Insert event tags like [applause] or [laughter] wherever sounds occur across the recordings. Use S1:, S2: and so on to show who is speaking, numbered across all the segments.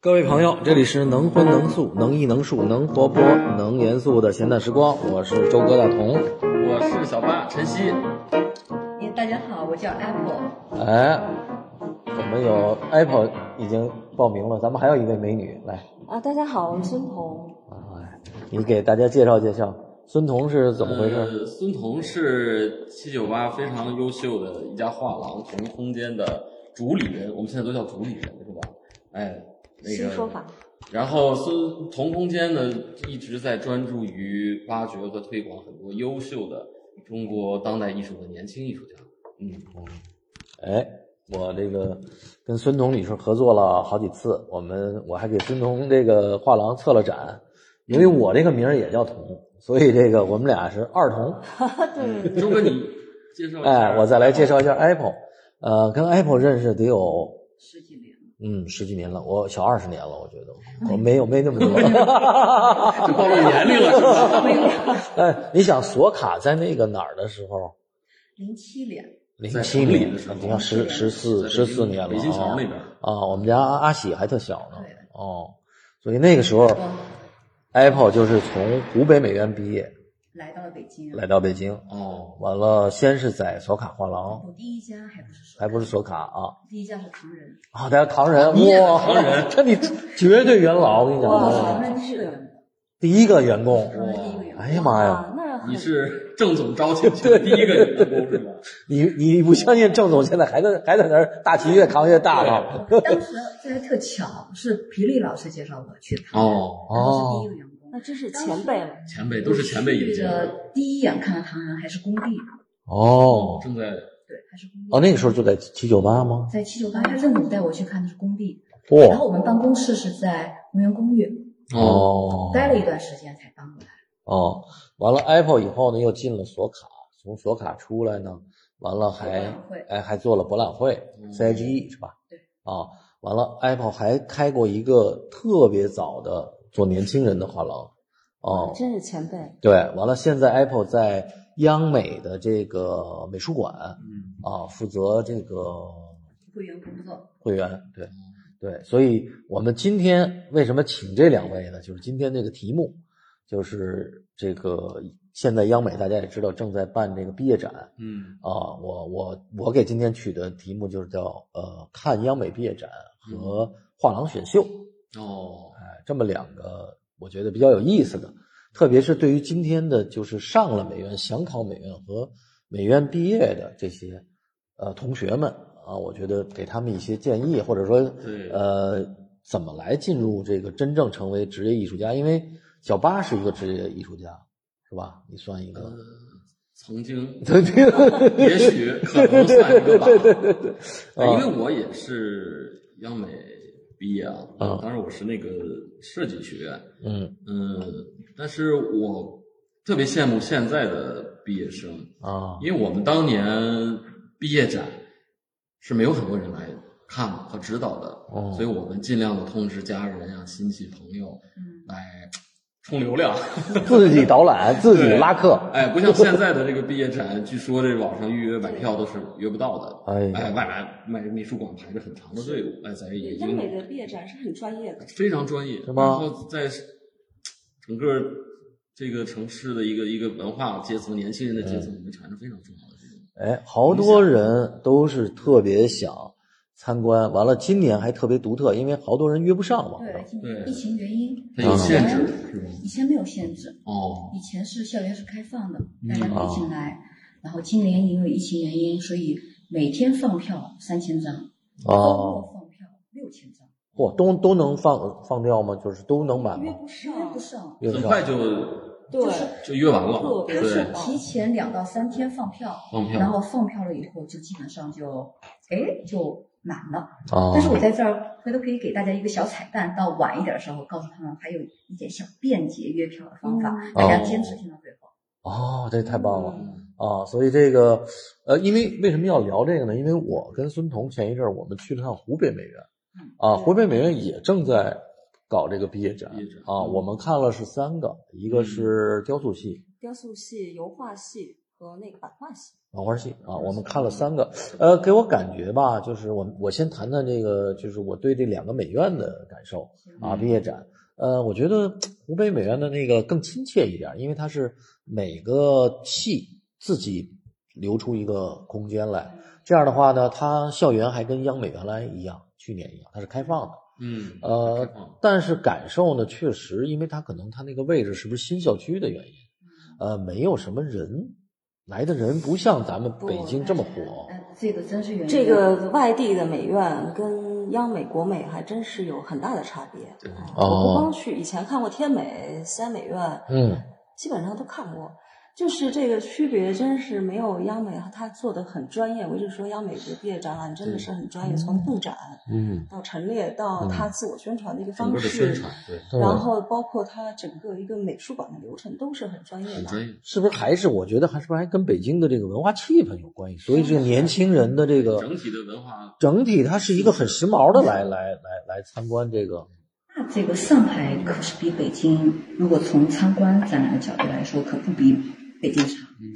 S1: 各位朋友，这里是能荤能素能艺能术能活泼能严肃的闲淡时光，我是周哥大同。
S2: 我是小八晨曦，
S3: 哎大家好，我叫 Apple。
S1: 哎，我们有 Apple 已经报名了，咱们还有一位美女来，
S4: 啊，大家好，我是孙彤。
S1: 哎，你给大家介绍介绍，孙彤是怎么回事？
S2: 呃，孙彤是七九八非常优秀的一家画廊同空间的主理人，我们现在都叫主理人是吧？哎，那个
S4: 新说法。
S2: 然后孙同空间呢，一直在专注于挖掘和推广很多优秀的中国当代艺术的年轻艺术家。嗯，
S1: 哎，我这个跟孙彤女士合作了好几次，我们我还给孙彤这个画廊策了展，因为我这个名儿也叫彤，所以这个我们俩是二彤。
S3: 嗯
S4: 对，
S2: 周哥你介绍一下。
S1: 哎，我再来介绍一下 Apple，呃，跟 Apple 认识得有
S3: 十几年了，
S1: 嗯十几年了，我小二十年了，我觉
S3: 嗯
S1: 得我没有没那么多。 [laughs]
S2: 这暴露年龄了是吧？
S1: 哎，你想索卡在那个哪儿的时候？
S3: 零七年，
S1: 零
S2: 在
S1: 七
S2: 城里
S1: 年
S2: 的时候，
S1: 你看十十四十四年了
S2: 北京桥
S1: 啊
S2: 那边。
S1: 啊！我们家阿阿喜还特小呢
S3: 对，
S1: 哦，所以那个时候，Apple 就是从湖北美院毕业
S3: 来到了北京。
S1: 来到北京，
S2: 哦，
S1: 完了先是在索卡画廊，
S3: 我第一家还不是说，
S1: 还不是索卡啊，
S3: 第一家是唐人，
S1: 啊，大家唐人，
S2: 你也
S1: 哇，
S2: 是唐人
S1: 这你绝对元老，我跟你
S4: 哇
S1: 讲，
S3: 唐人是原
S1: 第一个员工，
S3: 唐人第一个员
S1: 哎呀妈呀，
S4: 哇，啊那很
S2: 你是郑总招请去的第一个员工是吧？
S1: 你你不相信郑总现在还在还在那儿大旗越扛越大呢？
S3: 工。当时这还特巧，是皮力老师介绍我去唐人，
S2: [laughs] 哦，
S3: 然后是第一个员工。
S4: 那真是前辈了。
S2: 前辈都是前辈引
S3: 去
S2: 进的，
S3: 的第一眼看到唐人还是工地，
S1: 哦
S2: 正在
S3: 对，还是工地。
S1: 哦，那个时候就在七九八吗？
S3: 在七九八，他任务带我去看的是工地，然
S1: 哇
S3: 后我们办公室是在公园公寓，
S2: 哦
S4: 嗯
S1: 哦
S3: 待了一段时间才搬过来。
S1: 哦，完了 Apple 以后呢，又进了索卡，从索卡出来呢，完了
S3: 博
S1: 还
S3: 览会
S1: 哎还做了博览会
S2: 嗯
S1: ，CIGE E 是吧？
S3: 对
S1: 啊，完了 Apple 还开过一个特别早的做年轻人的画廊，哦，
S4: 真是前辈，
S1: 对，完了，现在 Apple 在央美的这个美术馆
S2: 嗯，
S1: 啊，负责这个
S3: 会员工作，
S1: 会员，对对，所以我们今天为什么请这两位呢？就是今天这个题目，就是这个现在央美大家也知道正在办这个毕业展
S2: 嗯，
S1: 啊，我我我给今天取的题目就是叫呃看央美毕业展和画廊选秀。
S2: 哦，
S1: 哎，这么两个我觉得比较有意思的，特别是对于今天的就是上了美院、想考美院和美院毕业的这些呃同学们啊，我觉得给他们一些建议，或者说
S2: 对
S1: 呃怎么来进入这个真正成为职业艺术家？因为小八是一个职业艺术家，是吧？你算一个。，
S2: 曾经
S1: 对对对
S2: 也许可能算一 [laughs] 个吧，对
S1: 啊
S2: 因为我也是央美毕业啊，
S1: 啊
S2: 当时我是那个设计学院，
S1: 嗯
S2: 嗯，但是我特别羡慕现在的毕业生，
S1: 啊
S2: 因为我们当年毕业展是没有很多人来看和指导的，
S1: 哦
S2: 所以我们尽量的通知家人啊、亲戚朋友
S3: 嗯，
S2: 来充流量。
S1: 自己导览，自己
S2: 对
S1: 拉客，
S2: 哎，不像现在的这个毕业展，据说这网上预约买票都是约不到的。
S1: 哎
S2: 哎，外来买美术馆排着很长的队伍，哎，在也
S4: 央美
S2: 经
S4: 的毕业展是很专业的，
S2: 非常专业，
S1: 是吗
S2: 然后在整个这个城市的一个一个文化阶层、年轻人的阶
S1: 嗯
S2: 层，我们产生非常重要的这种。
S1: 哎，好多人都是特别想参观，完了今年还特别独特，因为好多人约不上嘛。
S3: 对，今
S2: 对
S3: 疫情原因，
S2: 它有限制
S3: 以前，
S2: 是吧？
S3: 以前没有限制，
S2: 哦，
S3: 以前是校园是开放的，
S2: 嗯
S3: 大家可以进来。然后今年因为疫情原因，所以每天放票三千张，周
S1: 哦，
S3: 末放票六千张，
S1: 嚯，都都能放放掉吗？就是都能满
S4: 约
S1: 吗？
S4: 不上，
S3: 约不上。
S1: 约不
S2: 很
S1: 上
S2: 快就
S4: 对，
S2: 就约完了
S4: 特，
S3: 它
S4: 别
S2: 对嗯
S3: 是，提前两到三天放票，
S2: 放票
S3: 然后放票了以后就基本上就，哎，就满了。
S1: 啊
S3: 但是我在这儿回头可以给大家一个小彩蛋，到晚一点的时候告诉他们还有一点小便捷约票的方法，
S4: 嗯
S3: 大家坚持听到最后。
S1: 哦，这太棒了
S2: 嗯
S1: 啊！所以这个呃，因为为什么要聊这个呢？因为我跟孙彤前一阵儿我们去了趟湖北美院
S3: 嗯，
S1: 啊，湖北美院也正在搞这个毕业展
S2: 毕业展
S1: 啊，我们看了是三个，一个
S2: 嗯
S1: 是雕塑系，
S4: 雕塑系、油画系，和那个版画系。
S1: 版画戏啊，我们看了三个，呃，给我感觉吧，就是我我先谈谈这个，就是我对这两个美院的感受啊，
S2: 嗯
S1: 毕业展，呃，我觉得湖北美院的那个更亲切一点，因为它是每个系自己留出一个空间来，这样的话呢，它校园还跟央美原来一样，去年一样，它是开放的，
S2: 嗯，
S1: 呃
S2: 开放，
S1: 但是感受呢，确实，因为它可能它那个位置是不是新校区的原因，呃，没有什么人，来的人不像咱们北京这么火。
S3: 嗯，这个真是原因
S4: 这个外地的美院跟央美、国美还真是有很大的差别。
S2: 对
S4: 啊
S1: 哦
S4: 我不光去，以前看过天美、西安美院，
S1: 嗯，
S4: 基本上都看过。就是这个区别，真是没有央美，它做的很专业。我一直说央美的毕业展览真的是很专业，从布展
S1: 嗯，
S4: 到陈列，到它自我宣传的一个
S2: 整
S4: 方
S2: 个的
S4: 式，
S2: 宣传对，
S1: 嗯
S4: 然后包括它整个一个美术馆的流程都是很专业
S2: 很
S4: 的。
S2: 专业，
S1: 是不是还是我觉得还是不是还跟北京的这个文化气氛有关系？所以这个年轻人的这个
S2: 整体的文化
S1: 整体，它是一个很时髦的来来来来参观这个。
S3: 那这个上海可是比北京，如果从参观展览的角度来说，可不比北京差。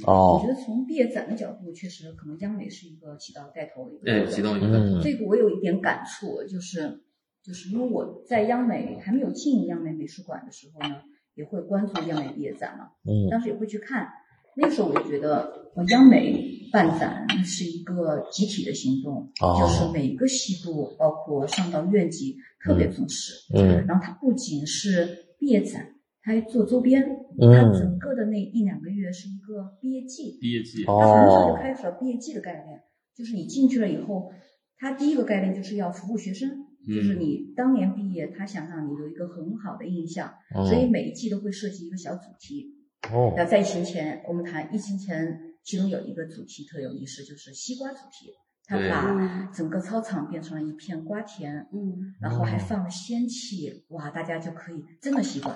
S3: 我
S1: 哦
S3: 觉，得从毕业展的角度，确实可能央美是一个起到带头的一个作
S2: 哎
S3: 用。
S2: 起到一个
S1: 嗯，
S3: 这个我有一点感触，就是就是因为我在央美还没有进央美美术馆的时候呢，也会关注央美毕业展嘛，
S1: 嗯
S3: 当时也会去看。那时候我就觉得，呃央美办展是一个集体的行动，
S1: 哦
S3: 就是每一个西部，包括上到院级，特别重视。
S1: 嗯
S3: 然后它不仅是毕业展，它还做周边，它
S1: 嗯，
S3: 整个的那一两个月是一个毕业季，
S2: 毕业季，
S1: 哦
S3: 它很早就开始了毕业季的概念，就是你进去了以后，它第一个概念就是要服务学生，
S1: 嗯
S3: 就是你当年毕业，他想让你有一个很好的印象，所以
S1: 嗯
S3: 每一季都会设计一个小主题。
S1: 哦，
S3: 那在疫情前，我们谈疫情前，其中有一个主题特有意思，就是西瓜主题，它
S2: 对
S3: 把
S4: 嗯
S3: 整个操场变成了一片瓜田，
S4: 嗯，
S3: 然后还
S1: 哦
S3: 放了仙气，哇，大家就可以真的西瓜，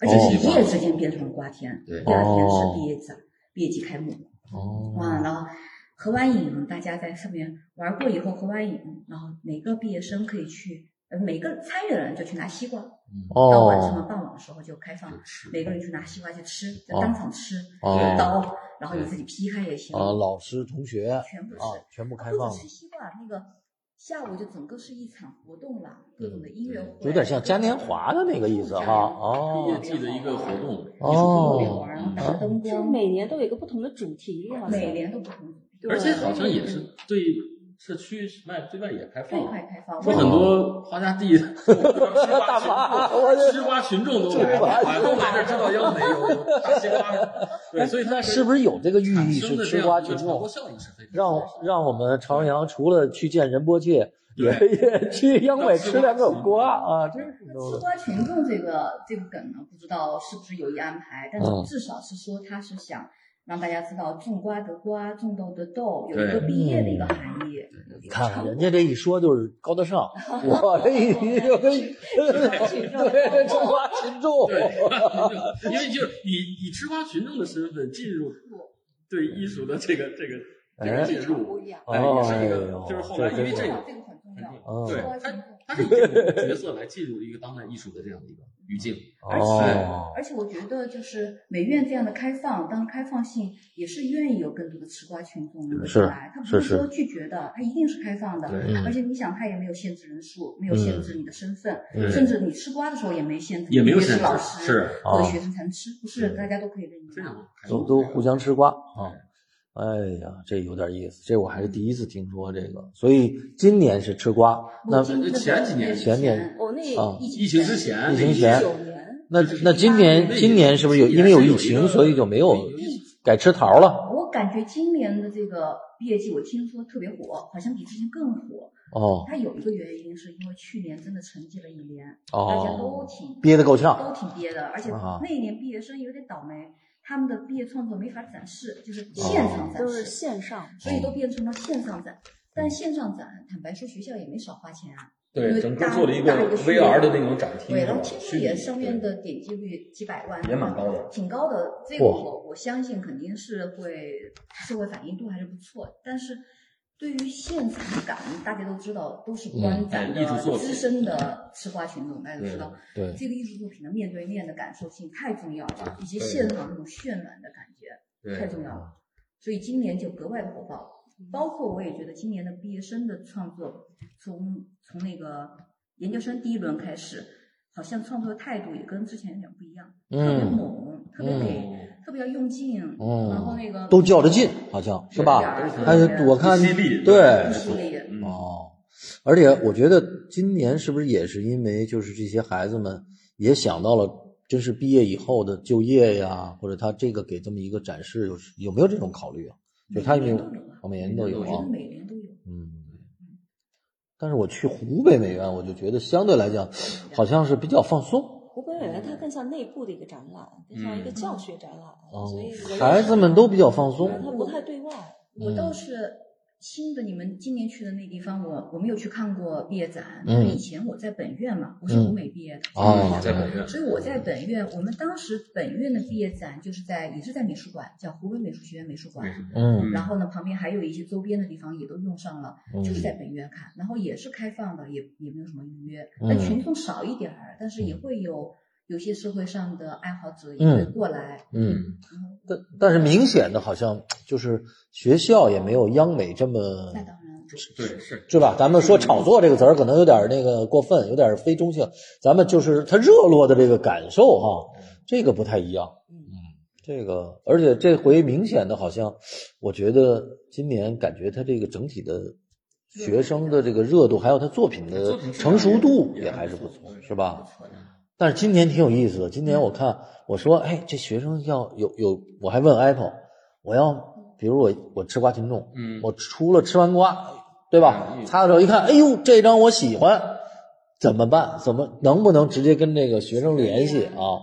S3: 而
S1: 哦
S3: 且是一夜之间变成了瓜田，
S2: 对
S3: 第二天
S1: 哦
S3: 是毕业展，毕业季开幕。哇，
S1: 哦，
S3: 然后合欢影大家在上面玩过以后，合欢影，然后每个毕业生可以去，呃，每个参与的人就去拿西瓜，到晚上的
S1: 哦，
S3: 傍晚的时候就开放
S2: 就，吃
S3: 每个人去拿西瓜去吃，
S1: 哦
S3: 就当场吃，
S1: 哦
S3: 刀，然后你自己劈开也行，
S1: 啊，老师同学啊，
S3: 全部吃，
S1: 全部开
S3: 不
S1: 放
S3: 止。吃西瓜，那个下午就整个是一场活动了，各种的音乐会，
S1: 嗯有点像嘉年华的那个意思哈，
S2: 毕
S1: 哦
S2: 业，季的一个活动，艺术
S1: 哦
S2: 活
S3: 特别
S2: 动
S3: 玩，然后
S2: 嗯
S3: 打灯
S4: 就是
S3: 光，
S4: 每年都有一个不同的主题，好像
S3: 每年都不同，
S4: 对
S2: 而且好像也是对社区外对外也开
S3: 最
S2: 放了。
S3: 快开放，
S2: 说很
S1: 哦
S2: 多花家
S1: [laughs]
S2: 地
S1: 大
S2: 大
S1: 妈我这
S2: 吃瓜群众都来，啊都来这儿知道央美
S1: [laughs]
S2: 有有大西瓜，对，所以它
S1: 那哎是不是有这个寓
S2: 产
S1: 意
S2: 生
S1: 是
S2: 的这
S1: 吃
S2: 样
S1: 瓜
S2: 一
S1: 群
S2: 个传
S1: 众？
S2: 播效应是非常
S1: 让让我们朝阳除了去见仁波切，也
S2: 对
S1: 也去央美吃两口瓜啊，真是
S3: 那吃
S1: 都
S3: 瓜群众这个这个梗呢，不知道是不是有意安排，但是至少是说他是想让大家知道种瓜得瓜，种豆得豆，有一个
S2: 对
S3: 毕业的一个含义。
S1: 你看看人家这一说就是高大
S3: [laughs]
S1: 上，我这一
S3: 哎
S1: 听就跟对吃瓜群众，
S2: 对，因为就是以以吃瓜群众的身份进入对艺术的这个这个这
S1: 哎
S2: 个介
S4: 立场不
S2: 入，
S4: 一样。
S2: 哎，也是一个，就是后来
S1: 哎呦
S2: 因为
S1: 这
S2: 这
S1: 真
S2: 个
S1: 是
S3: 这个很重要。
S1: 嗯
S2: 对
S3: 吃瓜群
S2: 他他
S3: 众
S2: 是以这种角色来进入一个当代艺术的这样的一个语境，而且
S1: 哦，
S3: 而且我觉得，就是美院这样的开放，当然开放性也是愿意有更多的吃瓜群众能够
S1: 是
S3: 进来，他不
S1: 是是
S3: 是说拒绝的，他一定是开放的。
S2: 对
S3: 而且你想，他也没有限制人数，没有限制你的身份，
S1: 嗯
S3: 甚至你吃瓜的时候也没限制，
S2: 也没有
S3: 你必
S2: 限
S3: 须
S2: 制
S3: 是老，师
S2: 是
S1: 啊
S3: 或者学生才能吃，
S1: 嗯
S3: 不是大家都可以任意
S2: 非
S3: 拿。
S2: 常开
S1: 都
S2: 放
S1: 都互相吃瓜
S2: 嗯
S1: 啊。哎呀，这有点意思，这我还是第一次听说这个，所以今年是吃瓜，那
S3: 今天的
S2: 前几年
S1: 前年
S4: 我那
S1: 啊
S2: 疫情之前，
S1: 疫情
S4: 一
S1: 前
S4: 九年，
S1: 那那今年今年是不是有因为有疫情，所以就没有改吃桃了？
S3: 我感觉今年的这个毕业季，我听说特别火，好像比之前更火。
S1: 哦
S3: 它有一个原因，是因为去年真的沉寂了一年，大家都
S1: 哦，
S3: 挺
S1: 憋得够
S3: 都
S1: 呛。
S3: 挺憋的，而且
S1: 啊
S3: 那一年毕业生有点倒霉，他们的毕业创作没法展示，就是现
S2: 哦
S3: 场
S1: 哦
S3: 展
S4: 都
S3: 示，
S4: 是线上。
S3: 所
S2: 嗯
S3: 以都变成了线上展。但线上展，坦白说，学校也没少花钱啊。
S2: 对，整个做了一
S3: 大
S2: 个
S3: 一个
S2: VR 的那种展厅，
S3: 对，然后听说
S2: 虚拟
S3: 也上面的点击率几百万，啊
S2: 也蛮高的
S3: 挺高的。这个我我相信肯定是会社会反应度还是不错，但是。对于现场感，大家都知道都是观展
S2: 嗯哎艺术
S3: 的、
S2: 作品
S3: 资深的吃瓜群众，大家都知道，
S1: 对，啊
S3: 这个艺术作品的面对面的感受性太重要了，以及
S2: 对
S3: 现场那种渲染的感觉
S2: 对
S3: 太重要了。所以今年就格外的火爆。包括我也觉得今年的毕业生的创作，从从那个研究生第一轮开始，好像创作态度也跟之前有点不一样，特别
S1: 嗯
S3: 猛，特别给，特别要用劲，
S1: 嗯
S3: 然后那个
S1: 都较着劲，好像是吧？
S3: 而
S1: 但是我看
S2: 犀利，
S1: 对
S2: 没错
S3: 犀利
S2: 嗯
S1: 哦，而且我觉得今年是不是也是因为就是这些孩子们也想到了，真是毕业以后的就业呀，或者他这个给这么一个展示，有有没有这种考虑啊？就他有没有
S3: 每年都有
S1: 我每年都有
S3: 啊？我觉
S1: 啊
S3: 得，每年都有。
S1: 嗯。但是我去湖北美院，我就觉得相对来讲，好像是比较放松，
S4: 湖北美院它更像内部的一个展览，更像一个教学展览，所以
S1: 嗯，
S4: 人
S1: 孩子们都比较放松，
S4: 它不太对外。
S3: 我
S1: 嗯
S3: 倒是新的，你们今年去的那地方，我我没有去看过毕业展。
S1: 嗯
S3: 以前我在本院嘛，我是
S1: 嗯
S3: 湖美毕业的。
S1: 哦
S2: 在本院，
S3: 所以我在本院，我们当时本院的毕业展就是在也是在美术馆，叫湖北美术学院美术馆。
S2: 美术
S1: 嗯
S3: 然后呢，旁边还有一些周边的地方也都用上了，
S1: 嗯
S3: 就是在本院看，然后也是开放的，也也没有什么预约，
S1: 嗯
S3: 但群众少一点儿，但是也会有有些社会上的爱好者也会过来，
S1: 嗯。
S3: 然后
S1: 但但是明显的，好像就是学校也没有央美这么，
S3: 那当然
S2: 对是
S1: 嗯是吧？咱们
S2: 嗯
S1: 说炒作这个词儿可能有点那个过分，有点非中性。咱们就是它热络的这个感受哈，这个不太一样。
S4: 嗯，
S1: 这个，而且这回明显的，好像我觉得今年感觉它这个整体的学生的这个热度，还有他作品
S2: 作
S1: 的
S2: 品质量
S1: 成熟度
S2: 也
S1: 也还
S2: 还
S1: 是
S2: 不
S1: 不
S2: 错嗯
S1: 错，是吧？
S3: 不错的。
S1: 但是今年挺有意思的，今年我看我说，哎，这学生要有有，我还问 Apple，我要比如我我吃瓜群众，
S2: 嗯
S1: 我除了吃完瓜，对吧
S2: 嗯？
S1: 擦的时候一看，哎呦，这张我喜欢，怎么办？怎么能不能直接跟这个学生联系啊？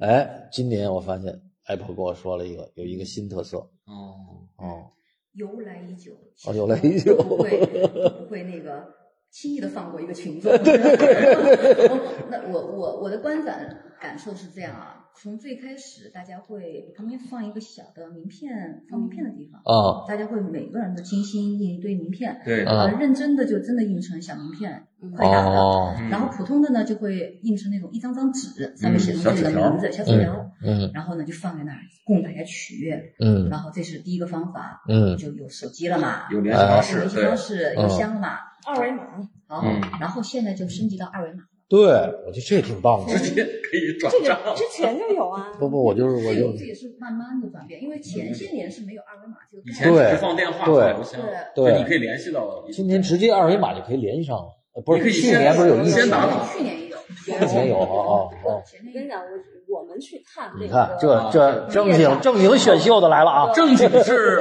S1: 哎，今年我发现 Apple 跟我说了一个有一个新特色，
S2: 哦，
S1: 哦，
S3: 由来已久，
S1: 哦由来已久
S3: 都不会都不会那个轻易的放过一个群众。对对对 [laughs] 那我我我的观展感受是这样啊，从最开始大家会旁边放一个小的名片，放名片的地方，
S1: 啊，
S3: 大家会每个人都精心印一堆名片，
S2: 对，
S1: 啊
S3: 呃，认真的就真的印成小名片，
S4: 嗯
S3: 快打的。
S1: 哦，
S2: 嗯
S3: 然后普通的呢，就会印成那种一张张纸，上面写上自己
S2: 小
S3: 的
S2: 纸条
S3: 名字、小纸条，
S1: 嗯嗯
S3: 然后呢就放在那儿供大家取阅。
S1: 嗯
S3: 然后这是第一个方法，
S1: 嗯
S3: 就有手机了嘛，
S2: 有联系方
S3: 呃有
S2: 式，
S3: 联系
S2: 嗯哎对
S3: 方，式、邮箱了嘛，
S4: 二维码，
S3: 好
S2: 嗯，
S3: 然后现在就升级到二维码，
S1: 对，我觉得这挺棒的
S2: 直。接可以转
S4: 这个
S2: 账，
S4: 之前就有啊。
S1: 不不，我就是我
S3: 这
S1: 就
S3: 个这也是慢慢的转变，因为前些年是没有二维码这个
S2: 以
S3: 概
S2: 前
S3: 念，
S1: 对
S2: 只是放电话、
S1: 对
S2: 放邮箱，
S1: 对
S2: 就你可以联系到，
S1: 今天直接二维码就可以联系上了，呃不
S2: 你可
S1: 是
S2: 以
S1: 去
S2: 先
S1: 年不是有疫
S2: 先
S1: 情
S2: 打
S1: 吗？
S2: 卡
S3: 去年也有，去
S1: 之前有哦哦哦，
S3: 前
S4: 我跟
S3: 年
S4: 你讲，我我们去看那
S1: 你
S4: 个，
S1: 看
S2: 啊
S1: 这这
S4: 嗯
S1: 正经正经选秀的来了啊！
S2: 正经是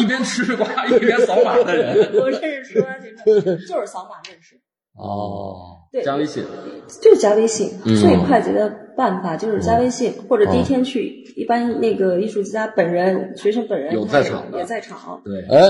S2: 一边吃瓜一边扫码的人，
S4: 我认识说这个就是扫码认识，
S1: [laughs] 哦，
S4: 对，
S2: 加微信，
S4: 就是加微信，
S2: 嗯
S4: 最快捷的办法就是加微信，
S1: 嗯
S4: 或者
S1: 哦
S4: 第一天去，一般那个艺术家本人、学生本人
S2: 有在场的
S4: 也在场，
S2: 对，
S1: 哎，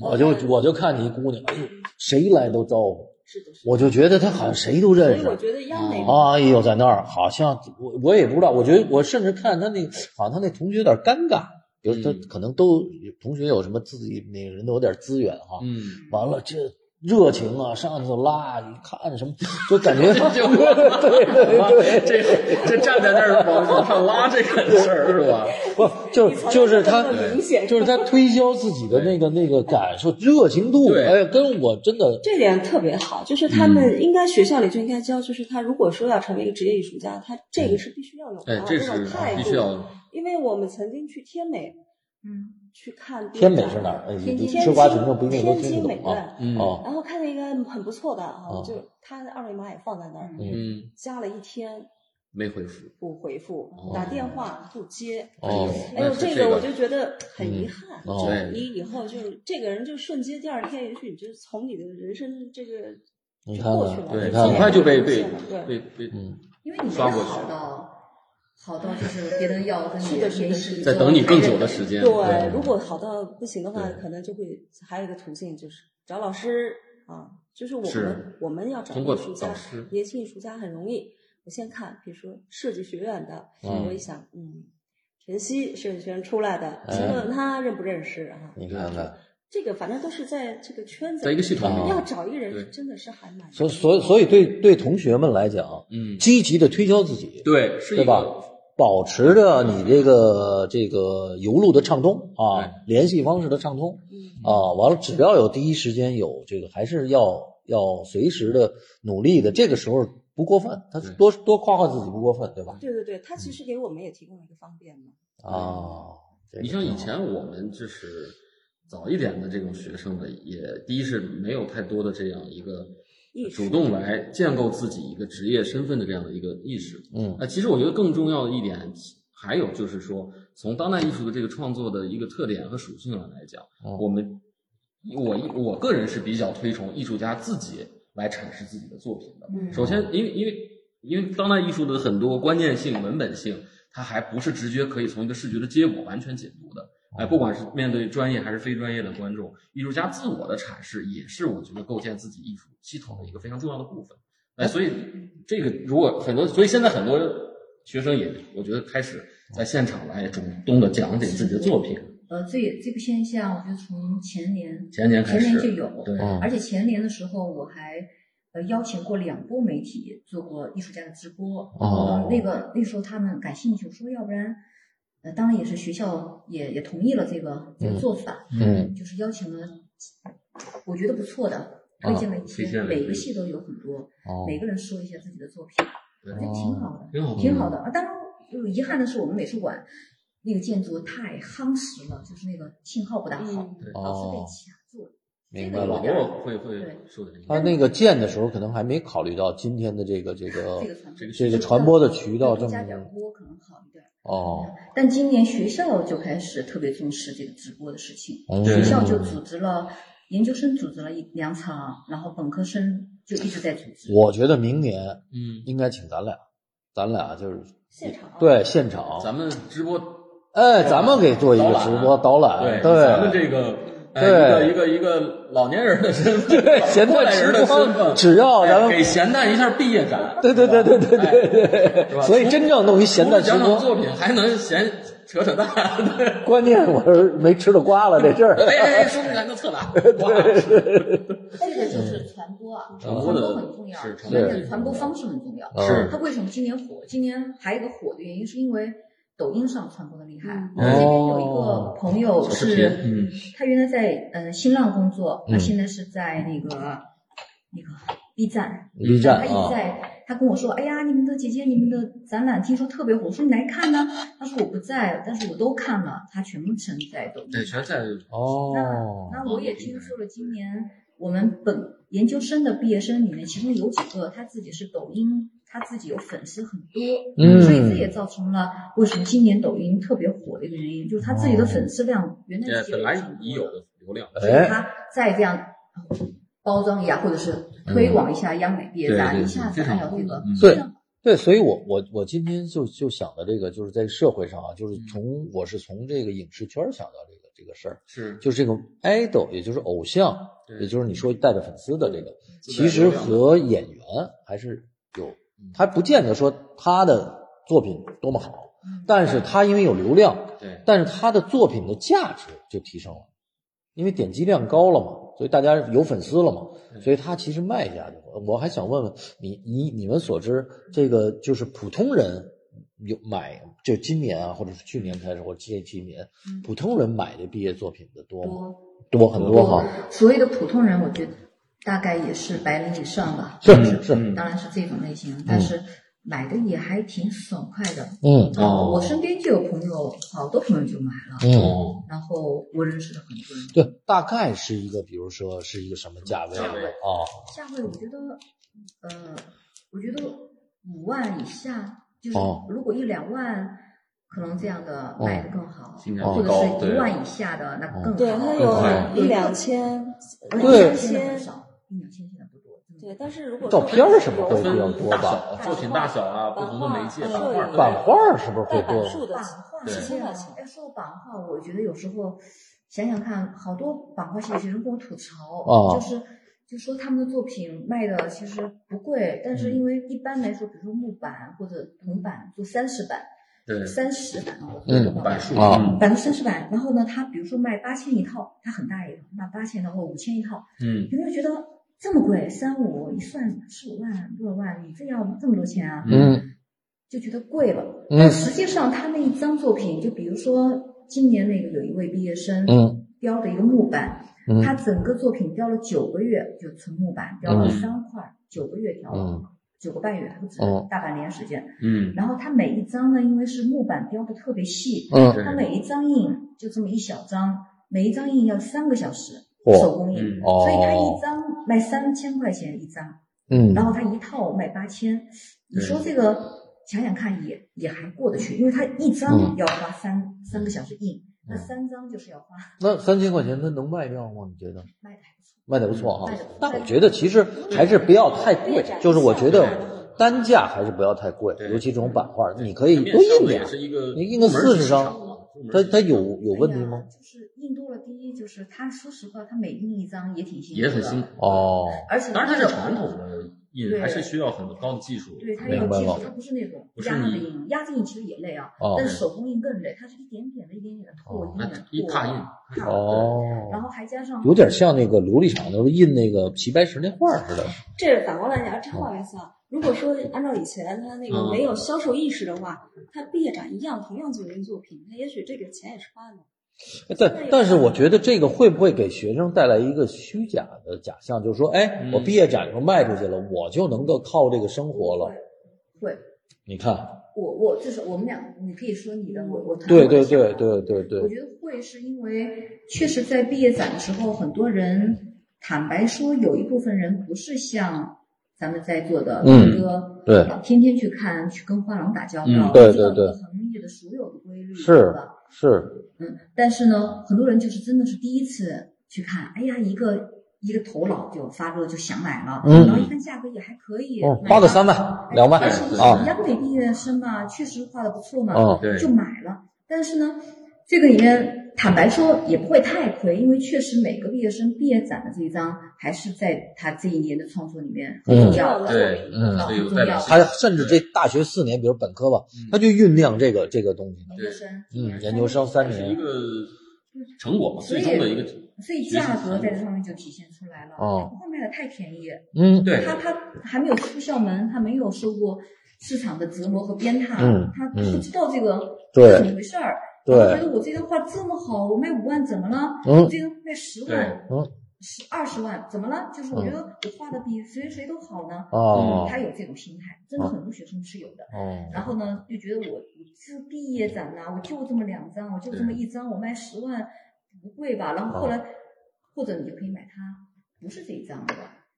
S1: 我就我就看你一姑娘，哎 [clears throat] 呦，谁来都招呼，
S4: 是的，是的。
S1: 我就觉得她好像谁都
S4: 所
S1: 认
S4: 以我
S1: 识。
S4: 觉得央美
S1: 哎呦，在那儿好像我我也不知道，我觉得我甚至看她那，好像她那同学有点尴尬，比如她
S2: 嗯
S1: 可能都同学有什么自己每个人都有点资源哈，
S2: 嗯，
S1: 完了这热情啊，上去就拉，你看什么，就感
S4: [laughs]
S1: 觉对对
S2: 哇
S1: 对，
S2: 这这站在那儿往往上拉这个事儿是吧？
S1: 不就就是他
S4: 你才能这么明显
S1: 就是他推销自己的那个那个感受、热情度，
S2: 对
S1: 哎，跟我真的
S4: 这点特别好，就是他
S1: 嗯
S4: 们应该学校里就应该教，就是他如果说要成为一个职业艺术家，他这
S1: 嗯
S4: 个是必须要有的，
S2: 哎，这
S4: 种
S2: 是
S4: 态度，
S2: 必须要，
S4: 因为我们曾经去天美
S3: 嗯，
S4: 去看
S1: 天美是哪儿？哎
S4: 天
S1: 你
S4: 津
S1: 吃瓜群众不一定都
S4: 天
S1: 听
S4: 津
S1: 得
S4: 美
S1: 懂啊。
S4: 院，
S2: 嗯
S1: 哦，
S4: 然后看见一个很不错的
S1: 哦
S4: 啊，就他的二维码也放在那儿，
S3: 嗯
S2: 嗯，
S4: 加了一天
S2: 没回复，
S4: 不回复
S2: 哦，
S4: 打电话不接。
S1: 哦
S4: 哎呦，这
S2: 个
S4: 个我就觉得很遗憾，
S1: 嗯
S4: 就是
S2: 哦
S4: 你以后就是这个人就瞬间第二天，也许你就从你的人生这个
S1: 你
S4: 就
S1: 看
S4: 过
S1: 看
S4: 去了，
S2: 对，
S1: 你看
S2: 很快就被被
S4: 被嗯
S2: 被
S4: 对
S2: 被
S1: 嗯，
S3: 因为你
S2: 刷
S3: 真
S2: 过
S3: 的
S2: 去
S3: 好到好到就是别人要跟你
S4: 是的是的
S3: 联
S4: 是
S3: 系，
S4: 的
S2: 在等你更久的时间，
S4: 对，如果好到不行的话，
S2: 对
S4: 可能就会还有一个途径就是找老师啊，就是我
S2: 是
S4: 们我们要找
S2: 通过
S4: 艺术家
S2: 导师，
S4: 年轻艺术家很容易。我先看，比如说设计学院的，
S1: 嗯
S4: 我一想，嗯，晨曦设计学院出来的，
S1: 哎
S4: 先问问他认不认识啊？
S1: 你看看，
S4: 这个反正都是在这个圈子，
S2: 在一个系统啊
S1: 里
S4: 要找一个
S2: 对
S4: 人真的是还蛮
S1: 所所所以对对同学们来讲，
S2: 嗯，
S1: 积极的推销自己，
S2: 对，是一
S1: 对吧
S2: 个
S1: 保持着你这个这个邮路的畅通啊
S2: 嗯对，
S1: 联系方式的畅
S4: 嗯
S1: 通啊，完了，只要有第一时间有这个，还是要要随时的努力的，这个时候不过分，他
S2: 对
S1: 多多夸夸自己不过分，对吧？
S4: 对对对，它其实给我们也提供了一个方便嘛。
S1: 啊，这个
S2: 你像
S1: 挺
S2: 以
S1: 好
S2: 前我们就是早一点的这种学生的，也第一是没有太多的这样一个
S4: 意识
S2: 主动来建构自己一个职业身份的这样的一个意识。
S1: 嗯
S2: 那呃其实我觉得更重要的一点，还有就是说，从当代艺术的这个创作的一个特点和属性上来讲，
S1: 嗯
S2: 我们我我个人是比较推崇艺术家自己来阐释自己的作品的。
S3: 嗯
S2: 首先，因为因为因为当代艺术的很多观念性、文本性，它还不是直接可以从一个视觉的结果完全解读的。哎，不管是面对专业还是非专业的观众，艺术家自我的阐释也是我觉得构建自己艺术系统的一个非常重要的部分。哎，所以这个如果很多，所以现在很多学生也，我觉得开始在现场来主动的讲解自己的作品。
S3: 呃，这这个现象，我觉得从前年
S2: 前年开
S3: 前
S2: 始，
S3: 年就有，
S2: 对，
S1: 嗯
S3: 而且前年的时候我还呃邀请过两波媒体做过艺术家的直播，
S1: 哦
S3: 呃那个那时候他们感兴趣，我说要不然，呃，当然也是学校也也同意了这个这
S1: 嗯
S3: 个做法，
S1: 嗯
S3: 就是邀请了，我觉得不错的，推荐了一
S2: 推
S3: 些，
S2: 荐了
S3: 每
S2: 一
S3: 个
S2: 些
S3: 系都有很多，
S1: 哦
S3: 每个人说一下自己的作品，
S2: 对
S3: 我觉得挺好的。
S2: 挺好的，
S3: 挺好的啊。当然，有遗憾的是我们美术馆那个建筑太夯实了，就是那个信号不大好，
S4: 嗯，
S3: 老是被
S1: 哦，
S3: 卡住了。
S1: 明
S3: 这
S1: 白
S3: 个
S1: 了哦
S2: 老
S3: 有。点
S2: 挝会会
S3: 对
S2: 受点影响
S1: 他。那个建的时候，可能还没考虑到今天的这个这个
S3: 这
S1: 哦这个
S3: 个传播
S1: 传播的渠道这
S3: 多
S1: 么
S3: 加点锅可能好一点。
S1: 哦，
S3: 但今年学校就开始特别重视这个直播的事情，
S1: 嗯
S3: 学校就组织了研究生组织了一两场，然后本科生就一直在组织。
S1: 我觉得明年
S2: 嗯，
S1: 应该请咱俩，咱俩就是
S4: 现场啊
S1: 对现场，
S2: 咱们直播
S1: 哎，咱们给做一个直播导览，
S2: 咱们
S1: 对
S2: 这个哎
S1: 对
S2: 一个一个一个老年人的身份，
S1: 对
S2: 过
S1: 咸蛋
S2: 来人的
S1: 直播
S2: 身份，
S1: 只要
S2: 哎
S1: 咱们
S2: 给咸蛋一下毕业展，
S1: 对对对对对对对
S2: 是
S1: 对，
S2: 吧
S1: 所以真正弄一咸
S2: 除了
S1: 蛋直
S2: 讲讲
S1: 播，
S2: 作品，还能闲扯扯淡，对
S1: 关键我是没吃着瓜了这事 [laughs] 儿，
S2: 哎哎哎，说不定还
S1: [laughs]
S2: 能测哪？哇
S3: 这个就是传播
S1: 嗯
S3: 啊，
S2: 传播的
S3: 很重要，
S2: 是
S3: 而
S2: 传播
S3: 且传播方式很重要。
S2: 是
S3: 它为什么今年火？今年还有一个火的原因，是因为抖音上传播的厉害。
S4: 嗯
S3: 我这边有一个
S1: 哦
S3: 朋友
S2: 小视频
S3: 是，
S2: 嗯
S3: 他原来在呃新浪工作，他
S1: 嗯
S3: 现在是在那个、那个 B 站，
S1: B 站
S3: 他一直
S1: 啊，
S3: 在，他跟我说，哎呀，你们的姐姐，你们的展览听说特别火，我说你来看呢，他说我不在，但是我都看了，他全程在抖音
S2: 对，全在
S1: 哦，
S3: 那我也听说了，今年我们本研究生的毕业生里面，其中有几个他自己是抖音，他自己有粉丝很多，
S1: 嗯
S3: 所以这也造成了为什么今年抖音特别火的一个原因，就是他自己的粉丝量原来
S2: 呃
S3: 是
S2: 本来
S3: 挺
S2: 已
S3: 多
S2: 有
S3: 的，
S2: 的流量，
S3: 所以
S1: 哎，
S3: 他再这样包装一下，或者是推广一下央美毕业
S2: 对
S3: 展，
S2: 对
S3: 一下子
S2: 非常
S3: 按照这个
S2: 嗯
S1: 对
S3: 非常
S1: 对，所以我我我今天就就想的这个，就是在社会上啊，就是从我是从这个影视圈儿想到这个这个事儿，
S2: 是
S1: 就是这个 idol，也就是偶像，
S2: 嗯对
S1: 也就是你说带着粉丝的这个，
S2: 自带
S1: 其实
S2: 流量的嗯
S1: 和演员还是有，他不见得说他的作品多么好，
S2: 嗯
S1: 但是他因为有流量，
S2: 对
S1: 但是他的作品的价值就提升了，因为点击量高了嘛，所以大家有粉丝了
S3: 嗯
S1: 嘛，所以他其实卖价就。我还想问问你，你你们所知这个就是普通人有买，就今年啊，或者是去年开始，或者这几年，
S3: 嗯
S1: 普通人买的毕业作品的多吗？
S3: 多。
S1: 多很嗯多哈，
S3: 所谓的普通人，我觉得大概也是白领以上吧，
S1: 是
S2: 嗯
S1: 是，
S2: 嗯
S3: 当然是这种类型，但是买的也还挺爽快的。啊
S1: 嗯
S2: 哦
S3: 我身边就有朋友，好多朋友就买了，
S1: 嗯，
S2: 哦，
S3: 然后我认识的很多人。
S1: 对，大概是一个，比如说是一个什么价位
S2: 价位
S1: 啊？
S3: 价位我觉得，呃，我觉得五万以下，就是
S1: 哦
S3: 如果一两万，可能这样的
S4: 哦
S3: 卖的更好，
S2: 性价比
S3: 或者
S2: 高
S3: 是一
S2: 对
S3: 万以下的那更好。
S4: 对，它
S1: 对
S4: 有一两，千，
S1: 对
S4: 一两
S3: 现在很
S4: 千，
S3: 少，一两千现在不多。真的
S4: 对，但是如果
S1: 照片儿什么会
S4: 会
S1: 比较
S2: 分
S1: 多
S2: 大
S1: 吧？
S2: 小、作品大小啊，不同的媒介，
S4: 版
S2: 版
S4: 画
S2: 画，
S1: 版画儿是不是会
S4: 带
S1: 多
S4: 版？数的
S3: 版画
S2: 对
S3: 是这样，要说到版画，我觉得有时候想想看，好多版画系的学生跟我吐槽，
S1: 啊
S3: 就是就说他们的作品卖的其实不贵，但是因为一般来说，比如说木板或者铜板做三十版、
S2: 对，
S3: 三十版啊，
S1: 嗯
S2: 版数
S1: 啊
S2: 嗯
S3: 百分之三十版，然后呢，他比如说卖八千一套，他很大一个，卖八千然后五千一套，
S2: 嗯
S3: 有没有觉得这么贵？三五一算十五万、多少万，你这要这么多钱啊？
S1: 嗯
S3: 就觉得贵了。
S1: 嗯
S3: 但实际上他那一张作品，就比如说今年那个有一位毕业生，
S1: 嗯
S3: 雕的一个木板，
S1: 嗯
S3: 他整个作品雕了九个月，就纯木板雕了
S1: 嗯
S3: 三块儿，九个月雕了
S1: 嗯
S3: 九个半月，还不止
S1: 嗯
S3: 大半年时间。
S2: 嗯，
S3: 然后他每一张呢，因为是木板雕的特别细，
S1: 嗯，
S2: 对
S3: 它每一张印就这么一小张，每一张印要三个小时
S1: 嚯
S3: 手工印，
S2: 嗯
S1: 哦
S3: 所以它一张卖三千块钱一张，
S1: 嗯
S3: 然后它一套卖八千。你说这个想想看也也还过得去，因为它一
S2: 嗯
S3: 张要花三、三个小时印，那三张就是要花，
S1: 那三千块钱它能卖掉吗？你觉得
S3: 卖的还不错。
S1: 卖的不错啊
S3: 卖得不错？
S1: 但我觉得其实还是不要太贵，就是我觉得单价还是不要太贵，
S2: 对
S1: 尤其这种版画，你可以
S2: 面
S1: 多
S2: 上
S1: 印
S2: 的
S1: 点
S2: 也。是一个，
S1: 你印个
S2: 入门
S1: 40
S2: 市
S1: 张
S2: 场嘛，入门
S1: 它
S2: 市
S1: 它
S2: 场
S1: 有有问题
S3: 哎
S1: 吗
S3: 呀？就是印多了，第一就是他说实话，他每印一张也挺辛苦，
S2: 也很辛苦，
S3: 哎
S1: 哦，
S3: 而且
S2: 当然它
S3: 有
S2: 是传统的印，
S3: 对
S2: 还是需要很高的技术。
S3: 对，它
S1: 明
S3: 有
S1: 白
S3: 技
S1: 了
S3: 术，它不是那种
S2: 不是
S3: 压着
S2: 你
S3: 印，压着印其实也累啊，
S1: 哦
S3: 但是手工印更累，它是一点点的、一点点的拓，
S1: 哦
S3: 一
S2: 那
S3: 点点
S2: 一
S3: 拓
S2: 拓印，
S3: 拓
S1: 哦，
S3: 然后还加上
S1: 有点像那个琉璃厂，就是印那个齐白石那画似的。
S4: 这反过来讲，这话没错。如果说按照以前他那
S2: 嗯
S4: 个没有销售意识的话，他毕业展一样同样作为作品，他也许这个钱也是花的。
S1: 但但是我觉得这个会不会给学生带来一个虚假的假象，就是说，哎，
S2: 嗯
S1: 我毕业展时候卖出去了，我就能够靠这个生活了。
S3: 会，
S1: 你看，
S3: 我我就是我们俩，你可以说你的，我我谈
S1: 对
S3: 我的
S1: 对
S3: 想
S1: 对
S3: 法
S1: 对对对
S3: 我，觉得会是因为确实在毕业展的时候，很多人坦白说，有一部分人不是像咱们在座的
S1: 嗯
S3: 鹏哥，
S1: 对
S3: 啊，天天去看去跟画廊打交道，
S2: 嗯
S1: 对
S3: 知道
S1: 对
S3: 这个行业的所有的规律，
S1: 是
S3: 对吧？
S1: 是，
S3: 嗯，但是呢，很多人就是真的是第一次去看，哎呀，一个一个头脑就发热，就想买了，
S1: 嗯
S3: 然后一看价格也还可以，
S1: 嗯，
S3: 买
S1: 花个
S3: 吧
S1: 三万两万
S3: 哎而且你
S1: 啊
S3: 是央美毕业生嘛，确实画的不错嘛，
S1: 啊，
S2: 对
S3: 就买了。但是呢，这个里面坦白说也不会太亏，因为确实每个毕业生毕业展的这一张还是在他这一年的创作里面很重要的。
S2: 对，
S1: 嗯
S2: 所以有代表性。
S1: 他甚至这大学四年，比如本科吧，
S3: 嗯
S1: 他就酝酿这个这个东西呢。
S3: 研究生，
S1: 嗯，研究生
S2: 它
S1: 三
S2: 是一
S1: 年，
S2: 个成果嘛，
S3: 所
S2: 最
S3: 以
S2: 终的一个
S3: 所以价格在这上面就体现出来了。
S1: 哦
S3: 不会卖的太便宜，
S1: 嗯，
S2: 对
S3: 他他还没有出校门，他没有受过市场的折磨和鞭挞，
S1: 嗯
S3: 他
S1: 嗯
S3: 不知道这个
S1: 对
S3: 是怎么回事儿。
S1: 对
S3: 他觉得我这张画这么好，我卖五万怎么了？
S1: 嗯
S3: 我这张卖十万，
S1: 对嗯
S3: 十二十万怎么了？就是我觉得我画的比谁谁都好呢。
S1: 哦
S3: 他有这种心态，真的很多学生是有的。然
S1: 哦，
S3: 后呢，就觉得我我这毕业展呐、我就这么两张，我就这么一张，我卖十万不贵吧？然后后来，
S1: 哦
S3: 或者你就可以买它，不是这一张的，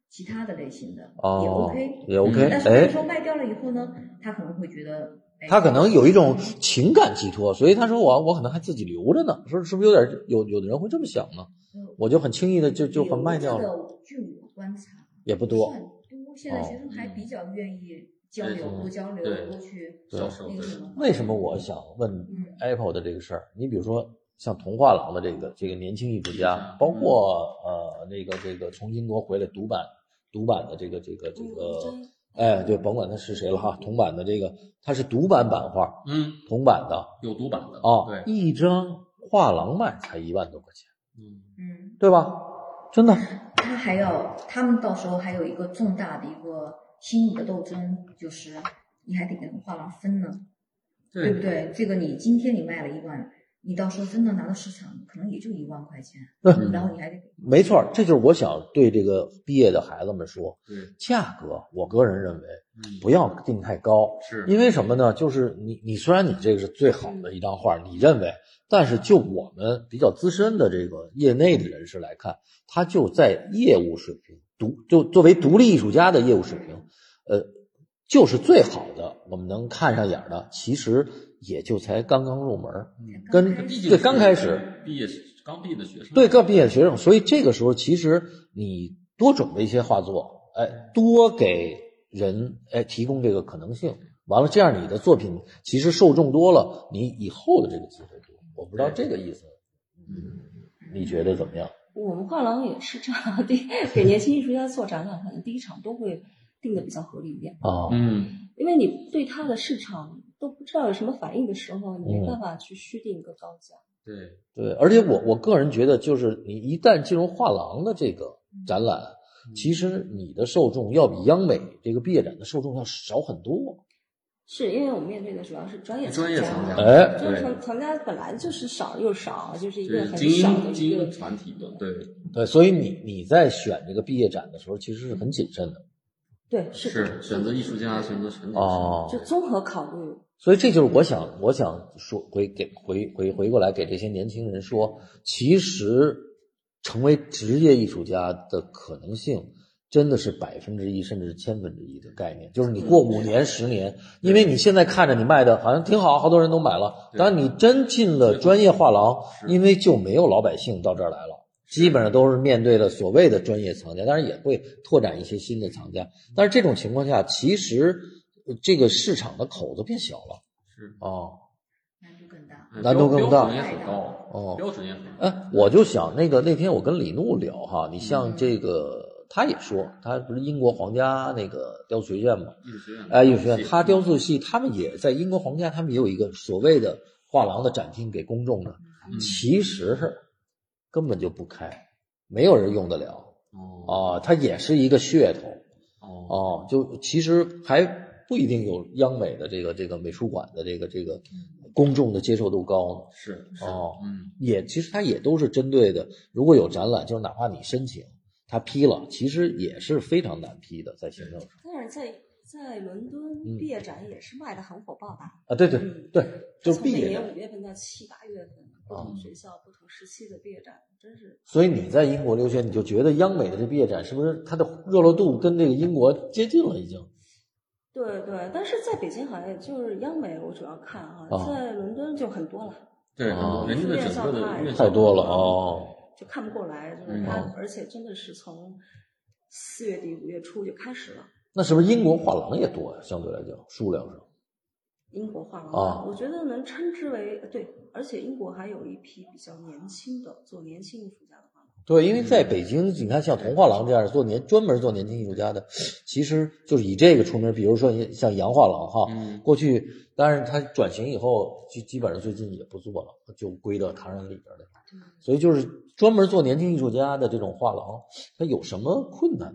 S3: 其他的类型的、也
S1: 哦
S3: OK。嗯
S1: 也 OK，
S3: 但是
S1: 哎
S3: 那时，候卖掉了以后呢，他可能会觉得，哎、
S1: 他可能有一种情感寄托，所以他说我我可能还自己留着呢，是是不是有点有有的人会这么想呢？
S3: 呃
S1: 我就很轻易的就就很卖掉了，
S3: 留着的据我观察，
S1: 也不
S3: 不
S1: 多哦嗯
S3: 算。多，现在学生还比较愿意交流，
S2: 嗯
S3: 多交流，
S2: 对
S3: 多去
S1: 对
S2: 销售
S3: 那个什么。
S1: 为什么我想问
S3: 嗯
S1: Apple 的这个事儿？你比如说像童话廊的这个这个年轻艺术家，包括呃那个这个从英国回来独版独版的这个这个这
S4: 哦
S1: 个，哎，对，甭管他是谁了哈，铜版的这个他是独版版画，
S2: 嗯，
S1: 铜版的
S2: 有读版的
S1: 啊
S2: 对，，
S1: 一张画廊卖才一万多块钱，
S2: 嗯，
S3: 嗯。
S1: 对吧？真的，
S3: 他还要，他们到时候还有一个重大的一个心理的斗争，就是你还得跟画廊分呢，对不
S2: 对，
S3: 对？这个你今天你卖了一万，你到时候真的拿到市场，可能也就一万块钱，
S1: 嗯
S3: 然后你还得
S1: 没错儿，这就是我想对这个毕业的孩子们说，
S2: 对，
S1: 价格，我个人认为
S2: 嗯，
S1: 不要定太高，
S2: 是
S1: 因为什么呢？就是你你虽然你这个是最好的一张画，你认为，但是就我们比较资深的这个业内的人士来看，他就在业务水平独就作为独立艺术家的业务水平，呃，就是最好的，我们能看上眼儿的，其实也就才刚刚入门儿，跟
S3: 刚开
S2: 毕
S3: 始
S2: 竟
S1: 对
S2: 是
S1: 刚开始
S2: 毕业时刚毕业的学生，
S1: 对各毕业学生，所以这个时候其实你多准备一些画作，哎，多给人哎提供这个可能性。完了，这样你的作品其实受众多了，你以后的这个机会多。我不知道这个意思，嗯，你觉得怎么样？
S4: 我们画廊也是这样，第给年轻艺术家做展览，可能第一场都会定的比较合理一点，
S1: 啊，
S2: 嗯，
S4: 因为你对他的市场都不知道有什么反应的时候，
S1: 嗯
S4: 你没办法去虚定一个高价。
S2: 对，
S1: 对，而且我我个人觉得，就是你一旦进入画廊的这个展览，其实你的受众要比央美这个毕业展的受众要少很多。
S4: 是因为我们面对的主要是专业
S2: 专业藏家，
S4: 家，
S1: 哎
S4: 就
S2: 对
S4: 是藏藏家本来就是少又少，就是一
S2: 就
S4: 个
S2: 是
S4: 很
S2: 精
S4: 少的
S2: 英
S4: 一
S2: 精英
S4: 个。
S2: 团体嘛，对，
S1: 对，所以你你在选这个毕业展的时候，其实是很谨慎的
S4: 对，是
S2: 是
S4: 的
S2: 选择艺术家，选择陈景
S1: 哦
S4: 就综合考虑，
S1: 所以这就是我想，我想说回给回回回过来给这些年轻人说，其实成为职业艺术家的可能性真的是百分之一甚至是千分之一的概念，就是你过五年、十年，因为你现在看着你卖的好像挺好，好多人都买了，
S2: 对
S1: 当你真进了专业画廊，
S2: 是
S1: 因为就没有老百姓到这儿来了。基本上都是面对的所谓的专业藏家，当然也会拓展一些新的藏家。但是这种情况下，其实呃这个市场的口子变小了。
S2: 是
S1: 哦
S3: 难度更大。
S1: 难度更大
S2: 嗯标准也很高，
S1: 哦，
S2: 标准也很高。
S1: 哎，我就想那个那天我跟李怒聊哈，你像这个他也说，他不是英国皇家那个雕塑学院嘛，
S2: 艺术学院，
S1: 哎，艺术学
S2: 嗯
S1: 院，他雕塑系他们也在英国皇家，他们也有一个所谓的画廊的展厅给公众的，
S2: 嗯
S1: 其实是根本就不开，没有人用得了
S2: 哦
S1: 啊，它也是一个噱头。
S2: 哦，
S1: 哦，就其实还不一定有央美的这个这个美术馆的这个这个公众的接受度高
S2: 嗯是
S1: 呢。哦，
S2: 嗯，
S1: 也其实它也都是针对的，如果有展览，就是哪怕你申请，他批了，其实也是非常难批的，在行政上
S4: 但是在在伦
S1: 嗯
S4: 敦毕业展也是卖的很火爆吧？
S1: 啊，对对
S4: 嗯
S1: 对，就是
S4: 从
S1: 毕
S4: 每
S1: 业
S4: 年
S1: 展。哦
S4: 五月份到七八月份，不同学校、不同时期的毕业展，真是
S1: 所以你在英国留学，你就觉得央美的这毕业展是不是它的热络度跟这个英国接近了已经？
S4: 对对。但是在北京好像也就是央美，我主要看哈、
S1: 哦
S4: 在伦敦就很多了，
S2: 对，很
S1: 哦
S2: 多人家的整个的院校
S1: 太多了哦。
S4: 就看不过来，就是
S2: 嗯
S4: 它，而且真的是从四月底五月初就开始了。
S1: 那是不是英国画廊也多呀、相对来讲数量上，
S4: 英国画廊
S2: 哦
S1: 啊
S4: 我觉得能称之为对，而且英国还有一批比较年轻的做年轻艺术家的画廊，
S1: 对，因为在北京，你看像童画廊这样做年专门做年轻艺术家的，其实就是以这个出名。比如说像洋画廊哈，
S2: 嗯
S1: 过去当然它转型以后，就基本上最近也不做了，就归到唐人里边了。所以就是专门做年轻艺术家的这种画廊，它有什么困难？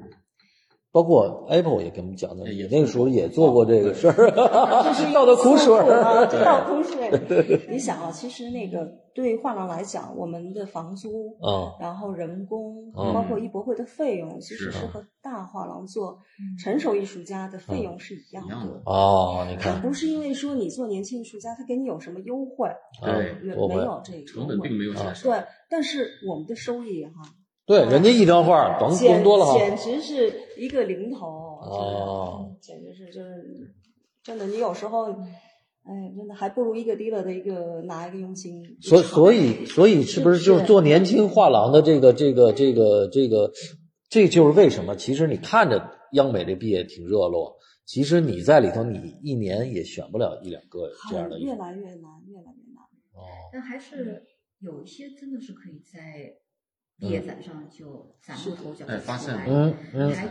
S1: 包括 Apple 也跟我们讲的，
S2: 也
S1: 也那个时候也做过这个事儿， [laughs] 倒的苦水
S4: 啊，
S1: 儿。
S4: 这 [laughs] 倒
S2: [laughs]
S4: 苦水。你想啊，其实那个对画廊来讲，我们的房租，
S1: 嗯，
S4: 然后人工，
S1: 嗯
S4: 包括艺博会的费用，其实
S2: 哦是啊
S4: 是
S2: 嗯
S4: 和大画廊做
S3: 嗯
S4: 成熟艺术家的费用是一样
S2: 一样的
S4: 的。
S1: 哦，你看，
S4: 不是因为说你做年轻艺术家，他给你有什么优惠，
S2: 对
S1: 啊
S4: 没
S1: 我
S4: 没
S1: 会
S4: 有这个
S2: 成本并没有减少，
S4: 对，但是我们的收益哈、
S1: 对人家一张画，甭甭
S4: 简
S1: 多了哈。
S4: 简直是一个零头，
S1: 哦
S4: 就是简直是就是真的，你有时候，哎，真的还不如一个 dealer 的一个拿一个佣金。
S1: 所所以所以是不是就是做年轻画廊的这个这个这个这个，这就是为什么其实你看着央美这毕业挺热络，其实你在里头你一年也选不了一两个这样的艺
S4: 越
S1: 术。
S4: 来越难，越来越难。
S1: 哦，
S3: 但还是有一些真的是可以在毕业展上就崭露头角
S2: 哎
S3: 的
S2: 发
S3: 出来，
S2: 现
S1: 嗯嗯
S3: 还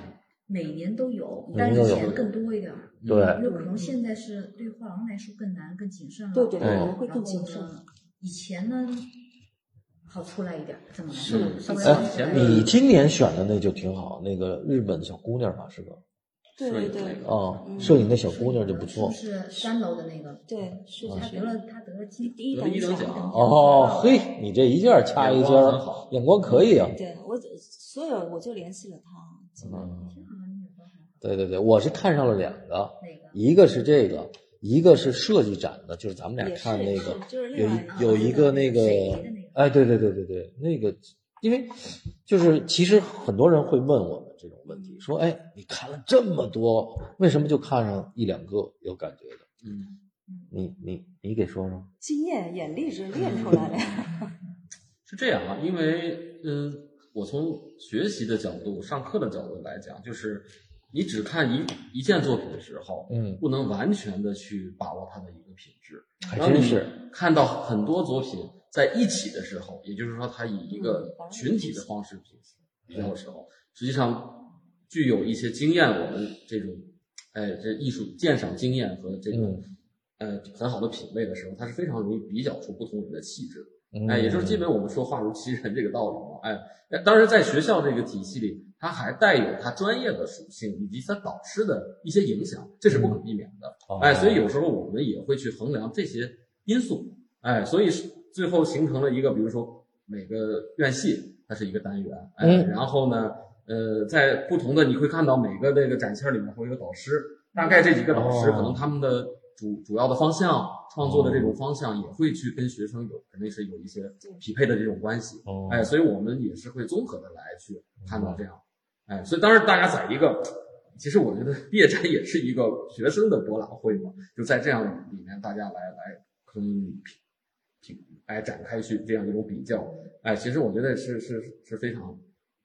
S3: 每年都有，
S1: 每
S3: 但
S1: 年
S3: 是
S1: 都有
S3: 钱更多一点儿。
S1: 对
S3: 因为可能现在是对画廊来说更难、更谨慎了。
S4: 对对
S2: 对
S4: 我们会
S3: 然后
S4: 更
S3: 呢
S4: 谨慎。
S3: 以前呢，好出来一点儿，这么来
S4: 是
S3: 说稍微
S1: 哎
S3: 好出来一
S2: 前
S3: 点
S2: 面
S3: 儿
S1: 你今年选的那就挺好，那个日本小姑娘吧，是吧？
S4: 对
S2: 摄
S4: 对
S2: 影
S4: 对
S2: 这个
S1: 啊、
S4: 嗯
S1: 摄影那小姑娘就不错。啊
S3: 是不是三楼的那个？
S4: 对，是
S2: 啊
S3: 他得了，他得了金
S4: 第一
S2: 得了一等
S4: 等
S2: 奖啊
S1: 哦，嘿，你这一下掐一尖
S2: 眼光很
S1: 儿
S2: 好，
S1: 眼光可以啊。
S4: 对我所有我就联系了他，
S1: 嗯，
S3: 挺好的，你有多好？
S1: 对对对，我是看上了两个，
S3: 哪个？
S1: 一个是这个，一个是设计展的，就是咱们俩
S4: 也
S1: 看那个
S4: 是，就是
S1: 有
S4: 另外
S1: 一有一个那个
S3: 水泥的那个，
S1: 哎，对对对对对，那个，因为就是其实很多人会问我们这种问题，说，哎，你看了这么多，为什么就看上一两个有感觉的？
S2: 嗯，
S1: 你你你给说说，
S4: 经验眼力是练出
S1: [laughs]
S4: 来的。
S2: 是这样啊，因为嗯、呃我从学习的角度、上课的角度来讲，就是你只看一一件作品的时候，
S1: 嗯，
S2: 不能完全的去把握它的一个品质。
S1: 还
S2: 当你
S1: 真是，
S2: 看到很多作品在一起的时候，也就是说，它以一个群体的方式比较的时候，实际上具有一些经验，我们这种，哎，这艺术鉴赏
S1: 嗯
S2: 经验和这种，呃，很好的品味的时候，它是非常容易比较出不同人的气质。
S1: 嗯
S2: 哎，也就是基本我们说“话如其人”这个道理嘛。哎，那当然在学校这个体系里，它还带有它专业的属性以及它导师的一些影响，这是不可避免的。
S1: 哦
S2: 哎，所以有时候我们也会去衡量这些因素。哎，所以是最后形成了一个，比如说每个院系它是一个单元，哎，
S1: 嗯
S2: 然后呢，呃，在不同的你会看到每个那个展线里面会有导师，大概这几个导师
S1: 哦
S2: 可能他们的主主要的方向、创作的这种方向也会去跟学生有肯定是有一些匹配的这种关系。
S1: 哦
S2: 哎，所以我们也是会综合的来去判断这样。哎，所以当然大家在一个，其实我觉得毕业展也是一个学生的博览会嘛，就在这样里面大家来来可以匹匹哎展开去这样一种比较。哎，其实我觉得是是是非常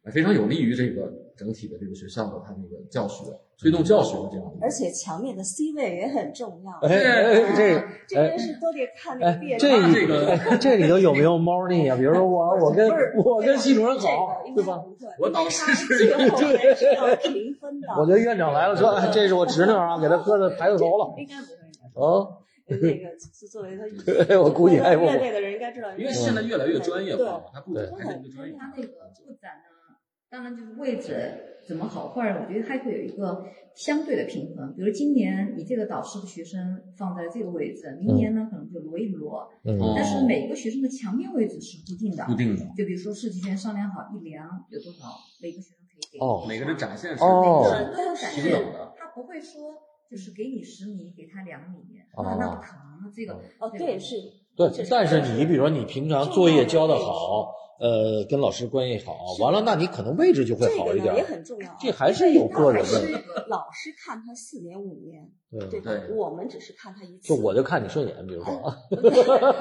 S2: 哎非常有利于这个整体的这个学校的它那个教学推动教学的这样一个。
S4: 而且墙面的 C 位也很重要。
S1: 哎哎这
S4: 啊这边是都得看那
S1: 哎
S4: 个毕业，
S1: 这
S4: 展
S2: 这个
S1: 哎这里头有没有猫腻啊？比如说我，我跟
S4: 不是
S1: 我跟系主任
S4: 这个
S1: 好，
S4: 应该
S1: 对吧？。
S4: 不会
S2: 我导师是
S4: 因为它最后还是要评分的
S1: [laughs] 我跟院长来了，说，哎，这是我侄女啊，给她磕的牌子头了
S4: 应该不会的。
S1: 啊。
S4: 那
S1: [laughs]
S4: 个作为他
S1: 我估计哎我
S4: 业内的人应该知道，嗯
S2: 因为现在越来越专业化嘛，它不仅
S1: 对
S2: 还是一个专业化。
S3: 它那个布展呢，当然就是位置怎么好坏，我觉得还会有一个相对的平衡。比如今年你这个导师的学生放在这个位置，明年呢可能就挪一挪，
S1: 嗯
S3: 但是每个学生的墙面位置是固定的
S2: 固。定的，
S3: 就比如说设计圈商量好一量有多少，每个学生可以给。
S1: 哦
S2: 每个人展现是
S1: 哦
S3: 对，他要展
S2: 平等
S3: 示，
S2: 的。
S3: 他不会说就是给你十米，给他两米，
S1: 哦
S3: 那那不可能。这个
S4: 哦，对，是
S1: 对，但是你比如说你平常作业交的好，呃，跟老师关系好，完了，那你可能位置就会
S4: 这
S1: 好
S4: 个
S1: 一
S4: 呢也
S1: 点。
S4: 很重要啊。
S1: 这还是有个人
S4: 因为
S1: 的，
S4: 他还是老师看他四年五年，对
S1: 对，
S4: 吧？
S2: 对
S4: 我们只是看他一次。
S1: 就我就看你顺眼，比如说啊，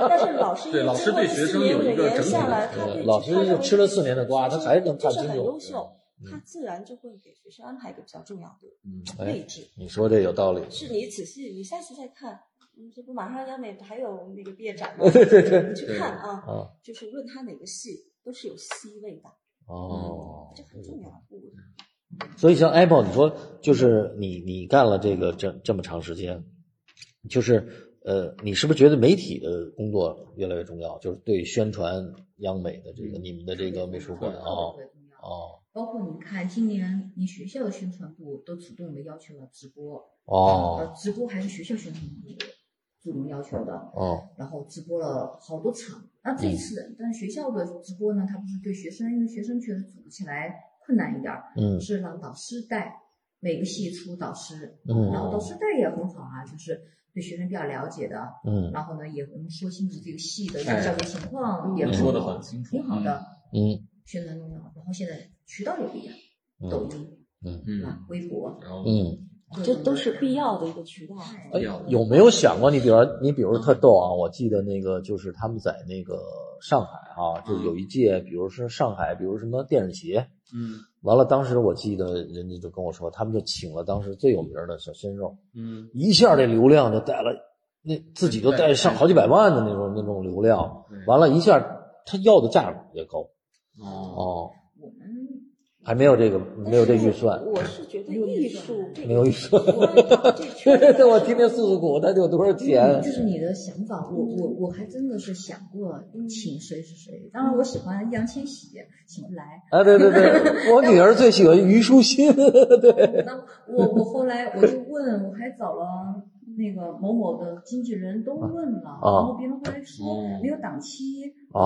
S4: 但是老师因
S2: 对
S4: 为
S2: 老师
S4: 最后
S2: 对
S4: 这
S2: 学
S4: 四
S2: 生
S4: 年
S2: 有一
S4: 五
S2: 个
S4: 年
S2: 整体
S4: 下
S2: 的
S4: 来
S2: 评
S4: 他
S2: 价
S4: 对
S1: 老
S4: 这
S1: 师
S4: 块
S1: 就
S4: 的
S1: 吃了
S4: 位置
S1: 四年的瓜
S4: 就
S1: 他
S4: 是
S1: 还能看
S4: 就是
S1: 清
S4: 很
S1: 楚
S4: 优秀
S1: 嗯，
S4: 他自然就会给学生安排一个比较重要的
S2: 嗯，
S1: 哎
S4: 位，置。
S1: 你说这有道理。
S4: 是你仔细，你下次再看，嗯，这不马上央美还有那个毕业展吗？对对对，你去看啊，
S1: 啊，
S4: 就是论他哪个系都是有 C 位的，
S1: 哦，
S4: 这很重要。我
S1: 所以像 Apple，你说就是你你干了这个这这么长时间，就是呃，你是不是觉得媒体的工作越来越重要？就是对宣传央美的这个你们的这个美术馆啊
S3: 特别重要。
S1: 哦
S3: 包括你看，今年你学校的宣传部都主动的要求了直播，
S1: 哦
S3: 呃，直播还是学校宣传部主动要求的，
S1: 哦
S3: 然后直播了好多场。那
S1: 嗯
S3: 这次，但是学校的直播呢，它不是对学生，因为学生确实组织起来困难一点儿，
S1: 嗯
S3: 是让导师带，每个系出导师，
S1: 嗯
S3: 然后导师带也很好啊，就是对学生比较了解的，
S1: 嗯
S3: 然后呢，也能说清楚这个系的一
S2: 哎
S3: 个教学情
S4: 嗯
S3: 况，也
S2: 你
S3: 很
S2: 说的
S3: 好
S2: 很清楚，
S3: 挺好的。
S1: 嗯
S3: 宣传重要，然后现在渠道也不一样，抖
S1: 嗯
S3: 音
S2: 嗯，
S3: 啊
S2: 嗯，
S3: 微博，
S2: 然后
S1: 嗯，
S4: 这都是必要的一个渠道。
S3: 哎
S1: 哎，有没有想过你比如你比如特逗啊？我记得那个就是他们在那个上海啊，就有一届，比如说上海，比如什么电影节，
S2: 嗯
S1: 完了，当时我记得人家就跟我说，他们就请了当时最有名的小鲜肉，
S2: 嗯，
S1: 一下这流量就带了，那自己都带上好几百万的那种那种流量，
S2: 对
S1: 完了，一下他要的价格也高
S2: 哦，
S1: 哦，
S3: 我们
S1: 还没有这个没有这预算
S4: 但，是我是觉得艺术这个
S1: 没有预算。
S4: 这
S1: [laughs]
S4: 圈子
S1: 对，我听听诉诉苦，他得有多少钱
S3: 嗯？就是你的想法，我我
S1: 嗯
S3: 我还真的是想过请谁是谁，当然我喜欢易烊千玺，请不
S1: [laughs]
S3: 来。
S1: 啊，对对 [laughs] 对，我女儿最喜欢虞书 [laughs] 欣，
S3: 那我我后来我就问，我还找了那个某某的经纪人都问了，
S1: 啊
S3: 然后别人后来说
S2: 哦
S3: 没有档期，
S1: 嗯哦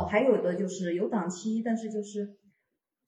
S3: 呃还有的就是有档期，但是就是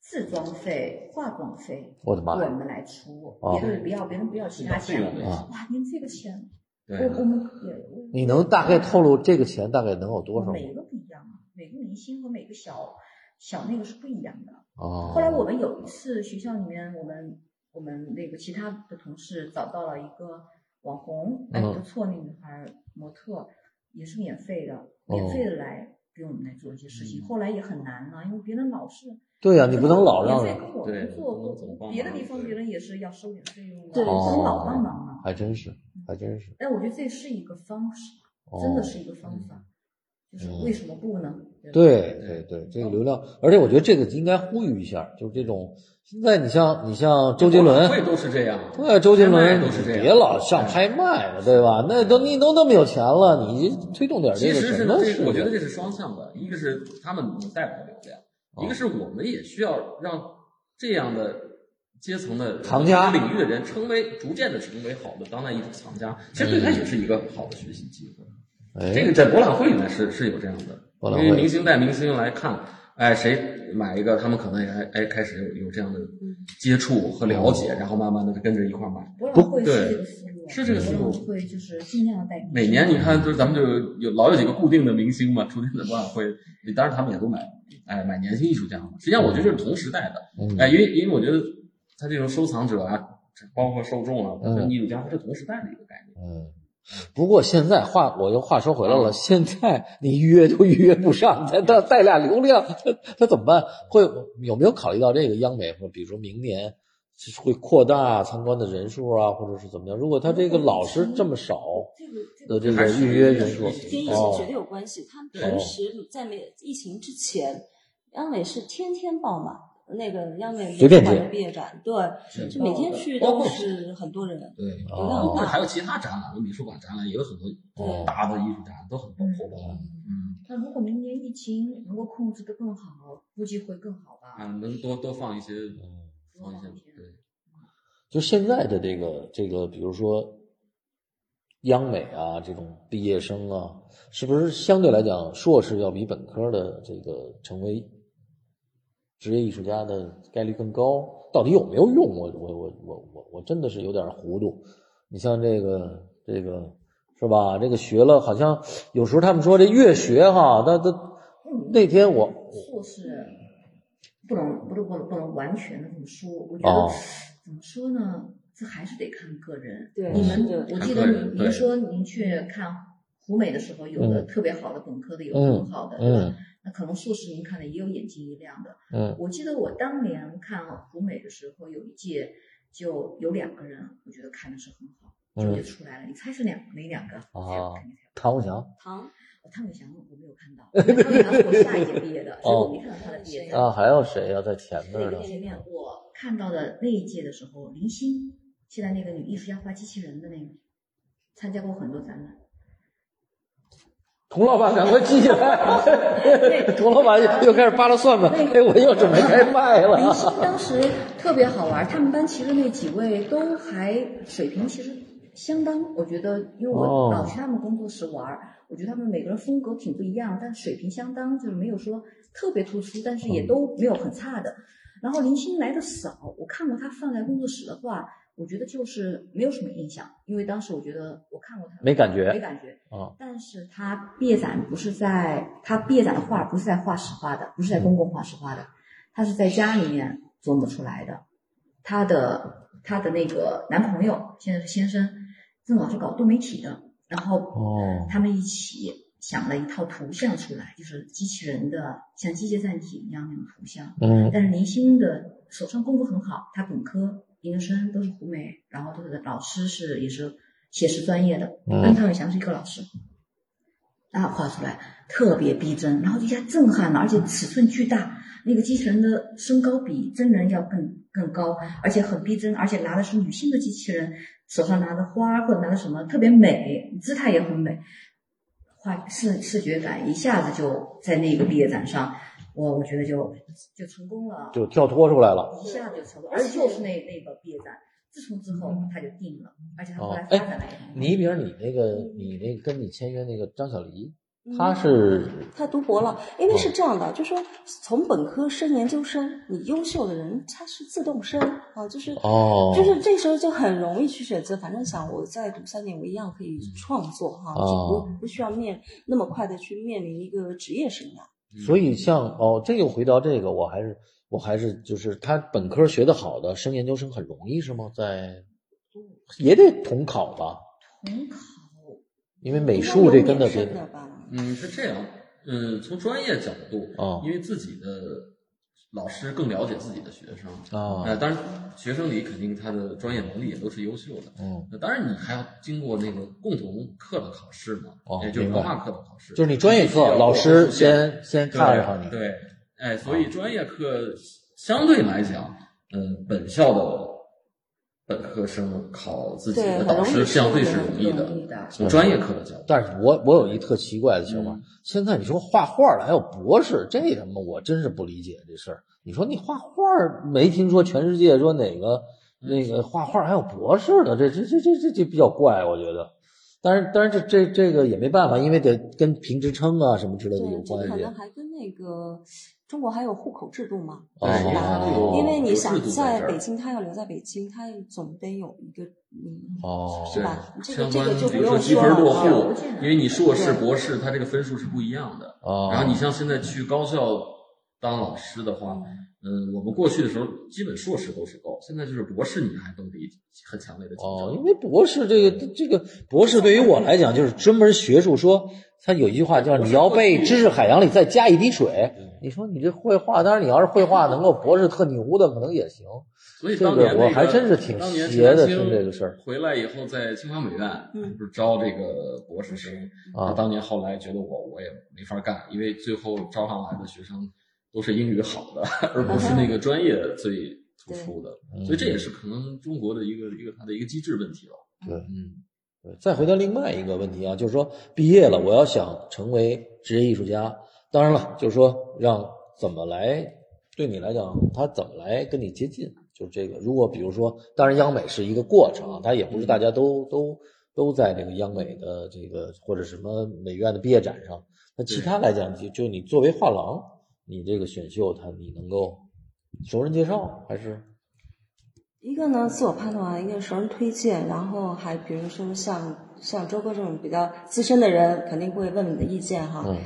S3: 自装费、化妆费，
S1: 我的妈呀
S3: 我们来出，
S1: 啊哦
S3: 别人不要，别人不要其他钱
S2: 是的费用
S1: 啊
S3: 哇，您这个钱，我
S2: 对，
S3: 我们也我
S1: 你能大概透露这个钱大概能有多少吗？
S3: 哦每个不一样啊，每个明星和每个小小那个是不一样的。
S1: 哦，
S3: 后来我们有一次学校里面，我们我们那个其他的同事找到了一个网红，哎
S1: 嗯
S3: 不错，那女孩儿模特也是免费的，
S1: 哦
S3: 免费的来给我们来做一些事情。
S2: 嗯
S3: 后来也很难了，因为别人老是
S1: 对啊呀，你不能老让
S3: 免
S1: 人
S3: 费，给我
S2: 对
S3: 们做，
S2: 不能总帮忙
S3: 我别的地方
S2: 对
S3: 别人也是要收点费用的，
S4: 对
S3: 不能
S1: 哦
S3: 老帮忙啊哎嘛。
S1: 还真是，还真是，
S3: 但我觉得这是一个方式，
S1: 哦嗯
S3: 真的是一个方法，就是为什么不呢？
S1: 对对对，这个流量，而且我觉得这个应该呼吁一下，就是这种现在你像你像周杰伦，
S2: 会都是这样，
S1: 对周杰
S2: 拍
S1: 伦，你
S2: 卖都是这样，
S1: 别老上拍卖了，对吧？那都你都那么有钱了，你推动点
S2: 其
S1: 这个
S2: 实
S1: 什
S2: 是
S1: 么
S2: 这
S1: 事
S2: 个，我觉得
S1: 情
S2: 这是双向的，一个是他们能带来流量，一
S1: 哦
S2: 个是我们也需要让这样的阶层的
S1: 藏家
S2: 领域的人成为逐渐的成为好的当代艺术藏家。其
S1: 嗯
S2: 实对他也是一个好的学习机会。这
S1: 哎
S2: 个在博览会里面是是有这样
S1: 博
S2: 的，
S1: 览
S2: 因为
S1: 会
S2: 明星带明星来看，哎，谁买一个，他们可能也哎哎开始有有这样的接触和了解，然后慢慢的跟着一块儿买。
S3: 博览会
S2: 对
S3: 是这个思
S2: 是
S3: 路，
S2: 这个思路
S3: 博览会就是尽量带
S2: 每年你看，就是咱们就有有老有几个固定的明星嘛，出现在博览会，当然他们也都买，哎，买年轻艺术家嘛。实际上我觉得这是同时代的，
S1: 嗯
S2: 哎，因为因为我觉得他这种收藏者啊，包括受众啊，跟艺术家，他是同时代的一个概念。
S1: 嗯。不过现在话，我又话说回来了，现在你预约都预约不上，他他带俩流量，他他怎么办？会有没有考虑到这个央美，或者比如说明年是会扩大参观的人数啊，或者是怎么样？如果他这个老是这么少
S4: 这个这
S1: 的
S4: 个
S1: 这个预约人数，
S4: 跟疫情绝对
S1: 哦，
S4: 有关系。他们平时在没疫情之前，央美是天天爆满，那个央美
S1: 随便嗯
S4: 文化
S1: 进
S4: 的毕业展，对，就每天去
S2: 包
S4: 都
S2: 括
S4: 是很多人。
S2: 对，
S1: 哦
S2: 然后还有其他展览，有美术馆展览，也有很
S1: 哦
S2: 多大的艺术展都很火爆。嗯，
S3: 那如果明年疫情能够控制得更好，估计会更好吧。
S2: 啊，能多多放一些，放一些，对，
S1: 就现在的这个这个，比如说央美啊这种毕业生啊，是不是相对来讲硕士要比本科的这个成为职业艺术家的概率更高？到底有没有用？我我我我我我真的是有点糊涂。你像这个这个是吧？这个学了好像有时候他们说这越学哈，他他那天我
S3: 硕士不能不能不能不能完全的这么说，我觉
S1: 哦
S3: 得怎么说呢？这还是得看个人。
S4: 对
S3: 你
S4: 是的
S3: 们我记
S2: 看个
S3: 得
S2: 人
S3: 您
S2: 对
S3: 您说您去看湖美的时候，有的特别好的本科的，有的很好的，对吧
S1: 嗯
S3: 那可能硕士您看的也有眼睛一亮的。
S1: 嗯
S3: 我记得我当年看湖美的时候，有一届就有两个人，我觉得看的是很好，就也
S1: 嗯
S3: 出来了。你猜是两哪两个？
S1: 啊
S3: 猜哦
S1: 唐国强
S4: 唐
S3: 汤伟翔我没有看到，汤伟翔是我下一届毕业的，所以
S1: 哦
S3: [laughs] 我没看到他的毕业展。
S1: 啊，还有谁呀、在前面
S3: 那 [laughs]
S1: 呢
S3: 个？见面我看到的那一届的时候，林星，现在那个女艺术家画机器人的那个，参加过很多展览。
S1: 童老板，赶快记起来！ [laughs] 童老板又开始扒拉算盘，哎，我又准备开卖
S3: 林星
S1: 了。
S3: 当时特别好玩，他们班其实那几位都还水平其实相当，我觉得，因为
S1: 哦
S3: 我老去他们工作室玩，我觉得他们每个人风格挺不一样，但水平相当，就是没有说特别突出，但是
S1: 嗯
S3: 也都没有很差的。然后林星来的少，我看过他放在工作室的话，我觉得就是没有什么印象，因为当时我觉得我看过他，
S1: 没感觉
S3: 没感觉。
S1: 啊
S3: 但是他毕业展不是在他毕业展的画不是在画室画的，不是在公共画室画的，他是在家里面琢磨出来的。他的他的那个男朋友现在是先生，正好是搞多媒体的，然后
S1: 哦
S3: 他们一起想了一套图像出来，就是机器人的像机械战警一样那种图像。
S1: 嗯
S3: 但是林星的手上功夫很好，他本科、研究生都是湖美，然后都是老师是也是写实专业的，
S1: 嗯
S3: 跟汤伟翔是一个老师。啊，画出来特别逼真，然后一下震撼了，而且尺寸巨大，那个机器人的身高比真人要更更高，而且很逼真，而且拿的是女性的机器人，手上拿的花或者拿的什么特别美，姿态也很美，画视视觉感一下子就在那个毕业展上，我我觉得就就成功了，
S1: 就跳脱出来了。
S3: 一下子就成功，而且就是那那个毕业展，自从之后他就定了，而且他后来发展的也很好。
S1: 倪明，你那个，你那个跟你签约那个张小黎，
S3: 嗯
S1: 他是
S4: 嗯
S1: 嗯
S4: 他读博了，因为是这样的，就说从本科升研究生，你优秀的人他是自动升啊，就是
S1: 哦
S4: 就是这时候就很容易去选择。反正想我再读三年，我一样可以创作哈，
S1: 哦
S4: 就不不需要面那么快的去面临一个职业生涯。
S2: 嗯
S1: 所以像哦，这又回到这个，我还是我还是就是他本科学的好的，升研究生很容易是吗？在也得统考吧，
S3: 统考
S1: 因为美术这跟
S4: 的
S1: 的跟
S4: 的吧，
S2: 嗯，是这样，嗯，从专业角度，
S1: 哦
S2: 因为自己的老师更了解自己的学生。
S1: 啊
S2: 呃，当然，学生里肯定他的专业能力也都是优秀的。
S1: 嗯，
S2: 那当然，你还要经过那个共同课的考试嘛，
S1: 哦
S2: 也就是
S1: 明白
S2: 文化课的考试，
S1: 就是你专业
S2: 必须要
S1: 课老
S2: 过
S1: 师
S2: 这个
S1: 先先看上你，
S2: 对，哎，所以专业课相对来讲，嗯，本校的本科生考自己
S4: 对
S2: 的
S4: 很
S2: 导
S4: 容易
S2: 师相对
S4: 是
S2: 是容易
S3: 容易的
S2: 的，从专业课的角度，
S1: 但是我我有一特奇怪的想
S2: 嗯
S1: 法，现在你说画画的还有博士，这他妈我真是不理解这事儿。你说你画画儿没听说全世界说哪个
S2: 嗯
S1: 那个画画还有博士的，这这这这这这比较怪，我觉得。但是但是这这这个也没办法，因为得跟评职称啊什么之类的有
S4: 对，这
S1: 关
S4: 可
S1: 系啊
S4: 能。还跟那个中国还有户口制度嘛，
S1: 哦
S2: 对，因为他这
S1: 哦
S2: 个
S4: 因为你
S2: 制
S4: 想
S2: 度这
S4: 在
S2: 儿
S4: 北京，他要留在北京，他总得有一个嗯，
S1: 哦
S4: 是吧？这
S2: 相
S4: 个这
S2: 关
S4: 个就
S2: 比
S4: 不
S2: 如说
S4: 用
S2: 积
S4: 说
S2: 分落
S4: 了啊。
S2: 户，因为你硕士、
S4: 对
S2: 博士，它这个分数是不一样的。
S1: 哦
S2: 然后你像现在去高校当老师的
S1: 哦
S2: 话，嗯，我们过去的时候基本硕士都是够，现在就是博士你还都得很强烈的竞
S1: 哦，因
S2: 争。
S1: 为博士这个这个博士对于我来讲就是专门学术说，他有一句话叫你要被知识海洋里再加一滴水。你说你这绘画，当然你要是绘画能够博士特牛的可能也行。
S2: 所以
S1: 这
S2: 当
S1: 个
S2: 年那
S1: 我还真是挺
S2: 当年
S1: 邪的
S2: 陈丹青
S1: 听这个事儿
S2: 回来以后在清华美院，
S4: 嗯
S2: 不是招这个博士生。
S1: 啊
S2: 他当年后来觉得我我也没法干，因为最后招上来的学生都是英语好的，而不是那个专业最突出的。
S1: 对
S2: 所以这也是可能中国的一个一个它的一个机制问题了。
S1: 对
S2: 嗯，
S1: 对呃再回到另外一个问题啊，就是说毕业了，我要想成为职业艺术家，当然了，就是说让怎么来对你来讲，他怎么来跟你接近，就是这个。如果比如说，当然央美是一个过程啊，它也不是大家都都都在这个央美的这个或者什么美院的毕业展上。那其他来讲，就就你作为画廊，你这个选秀它你能够熟人介绍还是
S4: 一个呢，自我判断，一个熟人推荐，然后还比如说像像周哥这种比较资深的人，肯定会问问你的意见哈。
S1: 嗯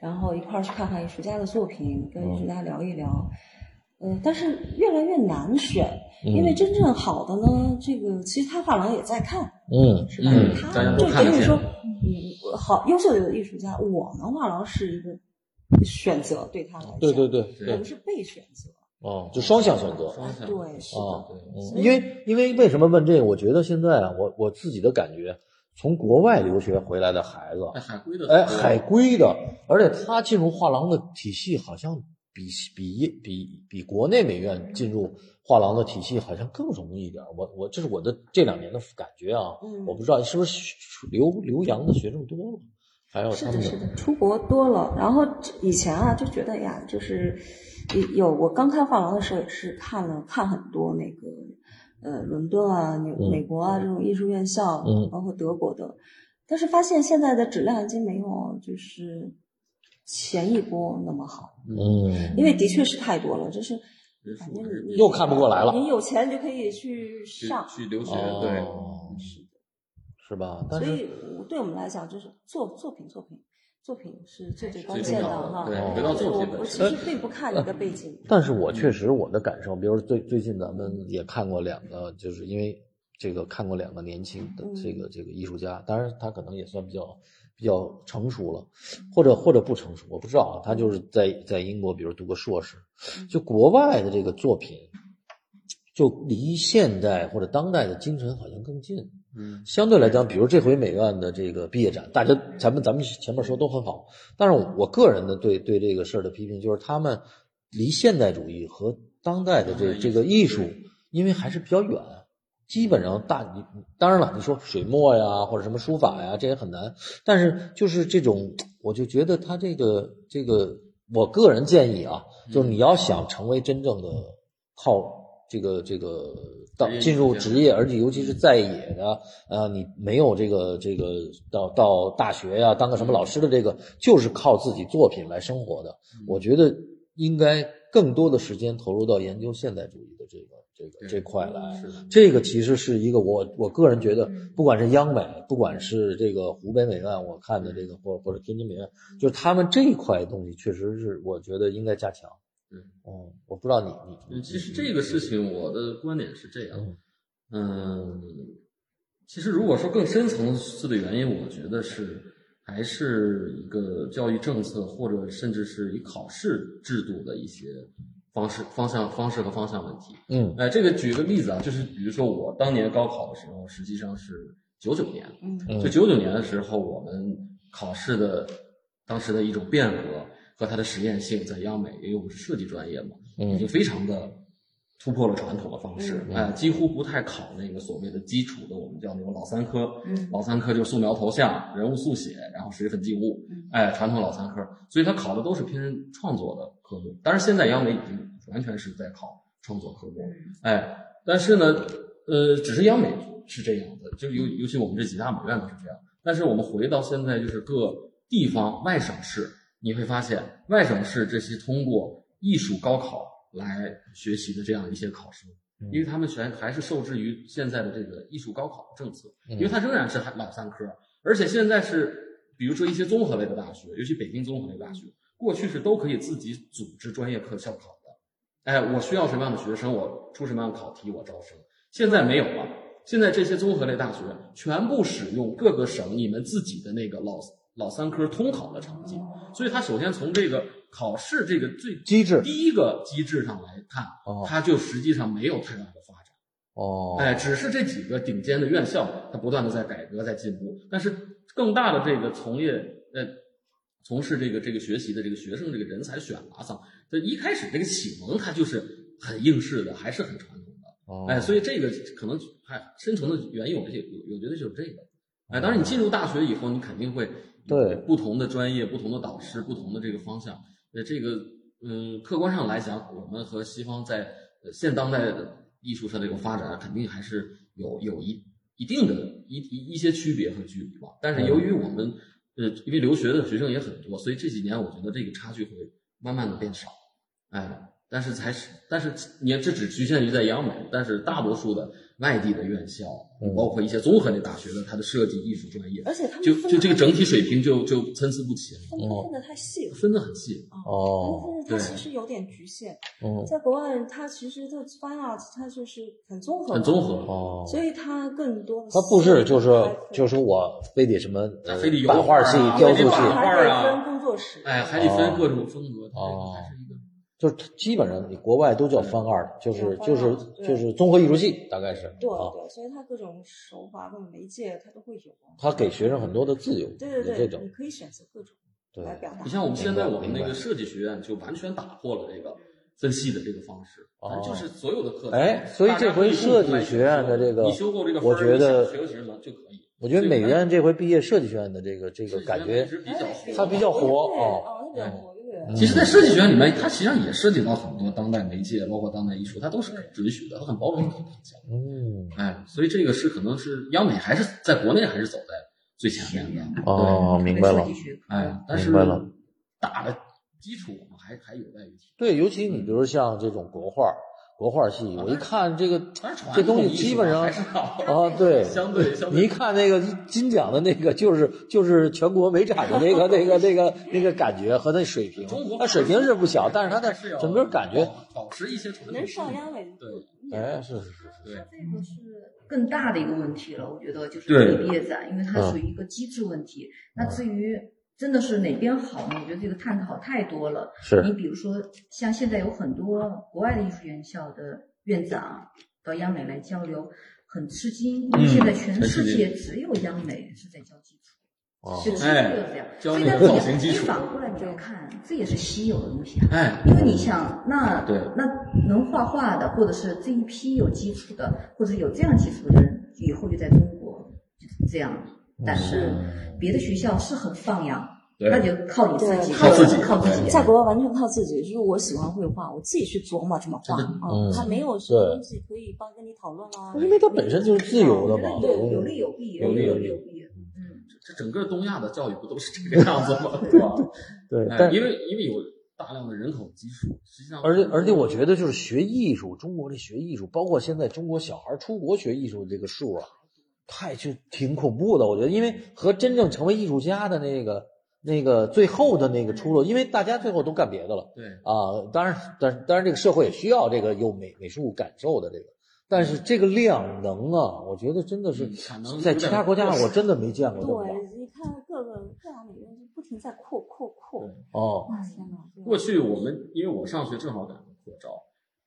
S4: 然后一块儿去看看艺术家的作品，跟艺术家聊一聊。嗯，但是越来越难选，因为
S1: 嗯
S4: 真正好的呢，这个其实他画廊也在看，
S1: 嗯
S4: 是吧？
S2: 嗯
S4: 他
S2: 大家都
S4: 就
S2: 看得
S4: 跟你
S2: 见
S4: 说，嗯，好优秀的艺术家，我们画廊是一个选择，对他来讲，
S1: 嗯对对对
S4: 我
S1: 对
S4: 们是被选择，
S1: 哦，就双向选择。
S2: 双向
S4: 对，是
S1: 啊
S4: 的，，
S1: 嗯
S4: 所以
S1: 因为因为为什么问这个？我觉得现在啊，我我自己的感觉，从国外留学回来的孩子，
S2: 哎，海归的
S1: 哎，海归的，而且他进入画廊的体系好像比比比比国内美院进入画廊的体系好像更容易一点儿。我我这是我的这两年的感觉啊，
S4: 嗯
S1: 我不知道是不是学留留洋的学生多了，还有
S4: 是
S1: 他们
S4: 的，是的，出国多了，然后这以前啊就觉得呀，就是有我刚开画廊的时候也是看了看很多那个呃伦敦啊、美
S1: 嗯
S4: 美国啊这种艺术院校，
S1: 嗯
S4: 包括德国的，但是发现现在的质量已经没有就是前一波那么好，
S1: 嗯，
S4: 因为的确是太多了，就是
S2: 人数
S4: 反正
S2: 还是
S4: 你
S1: 又看不过来了
S4: 你有钱你就可以去
S2: 去
S4: 上，
S2: 去留学，对，
S1: 哦，是吧？但
S4: 所
S1: 是
S4: 以我对我们来讲就是作作品作品。作品是最最关
S2: 最
S4: 键
S2: 重
S4: 的
S2: 要
S4: 哈，
S2: 的，对
S1: 哦，
S2: 回到
S4: 所以
S2: 作
S4: 我
S2: 品
S4: 我
S2: 本
S4: 其
S2: 身。
S4: 实并不看你的背景，
S1: 但是我确实我的感受，比如最最近咱们也看过两个，就是因为这个看过两个年轻的
S4: 嗯
S1: 这个这个艺术家，当然他可能也算比较比较成熟了，或者或者不成熟，我不知道啊。他就是在在英国，比如读个硕士，就国外的这个作品，就离现代或者当代的精神好像更近。
S2: 嗯，
S1: 相对来讲，比如这回美院的这个毕业展，大家咱们咱们前面说都很好，但是我个人的对对这个事儿的批评就是，他们离现代主义和当代的这
S2: 当代艺术
S1: 这个艺术，因为还是比较远，基本上大你当然了，你说水墨呀或者什么书法呀，这也很难，但是就是这种，我就觉得他这个这个，我个人建议啊，就是
S2: 嗯
S1: 你要想成为真正的靠这个这个到
S2: 职业
S1: 进入
S2: 艺术家嗯
S1: 职业。而且尤其是在野的，呃，你没有这个这个到到大学呀、当个什么老师的这个，就是靠自己作品来生活的。我觉得应该更多的时间投入到研究现代主义的这个这个
S2: 对
S1: 这块来。
S2: 是嗯的，
S1: 这个其实是一个我我个人觉得，不管是央美，不管是这个湖北美院，我看的这个或或者天津美院，
S2: 嗯
S1: 就是他们这一块东西，确实是我觉得应该加强。
S2: 嗯
S1: 嗯，我不知道你你
S2: 嗯，
S1: 你
S2: 其实这个事情，我的观点是这样
S1: 嗯，
S2: 嗯，其实如果说更深层次的原因，我觉得是还是一个教育政策，或者甚至是以考试制度的一些方式、方向、方式和方向问题。
S1: 嗯
S2: 哎，这个举个例子啊，就是比如说我当年高考的时候，实际上是九九年，
S4: 嗯
S1: 嗯
S2: 就九九年的时候，我们考试的当时的一种变革和它的实验性，在央美，因为我们是设计专业嘛，已经
S1: 嗯
S2: 非常的突破了传统的方式，
S1: 嗯
S2: 哎，几乎不太考那个所谓的基础的，我们叫那种老三科，
S4: 嗯
S2: 老三科就是素描、头像、人物速写，然后水粉记物
S4: 嗯，
S2: 哎，传统老三科，所以他考的都是偏创作的科目。当然，现在央美已经完全是在考创作科目了，哎，但是呢，呃，只是央美是这样的，就尤尤其我们这几大美院都是这样。但是我们回到现在，就是各地方外省市，你会发现外省市这些通过艺术高考来学习的这样一些考生，
S1: 嗯
S2: 因为他们全还是受制于现在的这个艺术高考政策，
S1: 嗯
S2: 因为它仍然是还老三科，而且现在是比如说一些综合类的大学，尤其北京综合类大学，过去是都可以自己组织专业课校考的。哎，我需要什么样的学生，我出什么样的考题，我招生。现在没有了，现在这些综合类大学全部使用各个省你们自己的那个老老三科通考的成绩，所以它首先从这个考试这个最
S1: 机制
S2: 第一个机制上来看，
S1: 哦
S2: 它就实际上没有太大的发展。
S1: 哦，
S2: 哎，只是这几个顶尖的院校，它不断的在改革，在进步。但是更大的这个从业，呃，从事这个这个学习的这个学生这个人才选拔上，这一开始这个启蒙它就是很应试的，还是很传统的。
S1: 哦
S2: 哎，所以这个可能还深层的原因，我这些我我觉得就是这个。哎，当然你进入大学以后，你肯定会
S1: 对
S2: 不同的专业、不同的导师、不同的这个方向。呃，这个嗯，客观上来讲，我们和西方在呃现当代的艺术上的这个发展，肯定还是有有一一定的一一一些区别和距离吧。但是由于我们呃，因为留学的学生也很多，所以这几年我觉得这个差距会慢慢的变少。哎，但是才是，但是你看，这只局限于在央美，但是大多数的外地的院校，
S1: 嗯
S2: 包括一些综合类大学的，它的设计艺术专业，
S4: 而且他们
S2: 就
S4: 分得
S2: 就这个
S4: 很
S2: 整体水平就就参差不齐了，
S4: 他们分得太细了。啊
S2: 分得很细。
S1: 哦，
S4: 但是它
S2: 对
S4: 其实有点局限，
S1: 嗯
S4: 在国外，它其实它 fine arts 它就是很综合，
S2: 很综合
S1: 哦，
S4: 所以它更多的
S1: 他不是就是就是是我非得什么呃
S2: 那非得油
S1: 版画系
S2: 画、啊
S1: 雕
S2: 非
S1: 塑
S2: 得
S1: 系
S2: 版，画
S4: 还
S2: 儿
S4: 得
S2: 啊
S4: 分工作室，
S2: 哎，还得分
S1: 哦
S2: 各种风格，它这个
S1: 哦
S2: 还是一个
S1: 就是基本上你国外都叫翻二，就是
S4: 对
S1: 就是
S4: 嗯翻二
S1: 就是综合艺术系，大概是
S4: 对
S1: 啊。
S4: 对，所以它各种手法、各种媒介它都会有。啊
S1: 他给学生很多的自由，
S4: 对对
S1: 有
S4: 对，
S1: 这种
S4: 你可以选择各种
S1: 对
S4: 来表达
S2: 哦你。像我们现在我们那
S1: 明白
S2: 个设计学院就完全打破了这个分析的这个方式，
S1: 哦
S2: 反正就是所有的课程，
S1: 哎所以
S2: 大家
S1: 这回
S2: 可以共同
S1: 设计学院的这个
S2: 来选修你修够这个分
S1: 我
S2: 儿，
S1: 觉得
S2: 你想学习什么就可以。
S1: 我觉得美
S2: 所以
S1: 院这回毕业设计学院的这个这
S2: 设
S1: 个
S2: 计学
S1: 感
S2: 院一
S1: 觉，
S2: 直比
S4: 哎
S2: 较
S1: 它比较活
S4: 跃
S1: 哦
S4: 哦，它比较
S1: 嗯
S4: 活跃。
S2: 其实，在设计学院里面，它实际上也涉及到很多当代媒介，包括当代艺术，它都是准许的，它很包容的一个方向。
S1: 嗯，
S2: 哎，所以这个是可能是央美还是在国内还是走在最前面的。
S1: 哦，明白了
S3: 设计。学科
S2: 哎，但是
S1: 明白了
S2: 打的基础我们还还有待于提
S1: 对，尤其你比如像这种国画，国画系，我一看这个
S2: 高。但啊是传
S1: 这东
S2: 统
S1: 西
S2: 艺术
S1: 基本上
S2: 还是好
S1: 啊，对，
S2: [laughs] 相对相
S1: 你一
S2: 对
S1: 看那个金奖的那个，就是就是全国美展的那个那个那个那个感觉和那水平
S2: 中，国
S1: 那水平是不小，但是它的
S2: 还是哦要
S1: 整个感觉，
S2: 保持一些传统
S4: 能上央美
S2: 对
S1: 哎，是是是，
S2: 对
S3: 它这个是更大的一个问题了，我觉得就是
S2: 对嗯
S3: 这个毕业展，因为它属于一个机制问题。那至于真的是哪边好呢？我觉得这个探讨太多了。你
S1: 是
S3: 比如说，像现在有很多国外的艺术院校的院长到央美来交流，很吃惊，因为
S2: 嗯
S3: 现在全
S2: 很吃
S3: 世界只有央美是在教基础。
S1: 哦
S3: 是只有这样，
S2: 哎教
S3: 所以
S2: 那
S3: 但
S2: 个
S3: 是
S2: 造
S3: 你
S2: 型基础
S3: 你反过来你来看，这也是稀有的东西啊。
S2: 哎，
S3: 因为你想，那
S2: 对
S3: 那能画画的，或者是这一批有基础的，或者有这样基础的人，以后就在中国就是这样。但是
S1: 嗯
S3: 别的学校是很放养，
S2: 对
S3: 那就靠你自己，
S4: 对
S2: 靠自己
S3: 靠自己。
S4: 在国外完全靠自己，就是我喜欢绘画，我自己去琢磨怎么画啊
S1: 嗯，
S4: 他没有什么东西可以帮跟你讨论啊啦。
S1: 因为它本身就是自由的嘛
S3: 我，觉得有有利有弊，
S1: 有利
S3: 利
S1: 有弊
S3: 弊，有弊。嗯，
S2: 这整个东亚的教育不都是这个样子
S3: [laughs]
S2: 吗？对吧？
S1: 对，
S2: 哎
S1: 但
S2: 因为因为有大量的人口基数，实际上
S1: 而且而且，我觉得就是学艺术，中国这学艺术，包括现在中国小孩出国学艺术这个数啊，太就挺恐怖的。我觉得，因为和真正成为艺术家的那个那个最后的那个出路，因为大家最后都干别的了
S2: 对
S1: 啊。当然，但当然这个社会也需要这个有美美术感受的这个，但是这个量能啊，我觉得真的是
S2: 嗯产能
S1: 在其他国家我真的没见过这么大
S4: 对，你看各个各大美院就不停在扩扩扩，
S1: 哦。
S4: 哇天哪！
S2: 过去我们因为我上学正好赶上合照。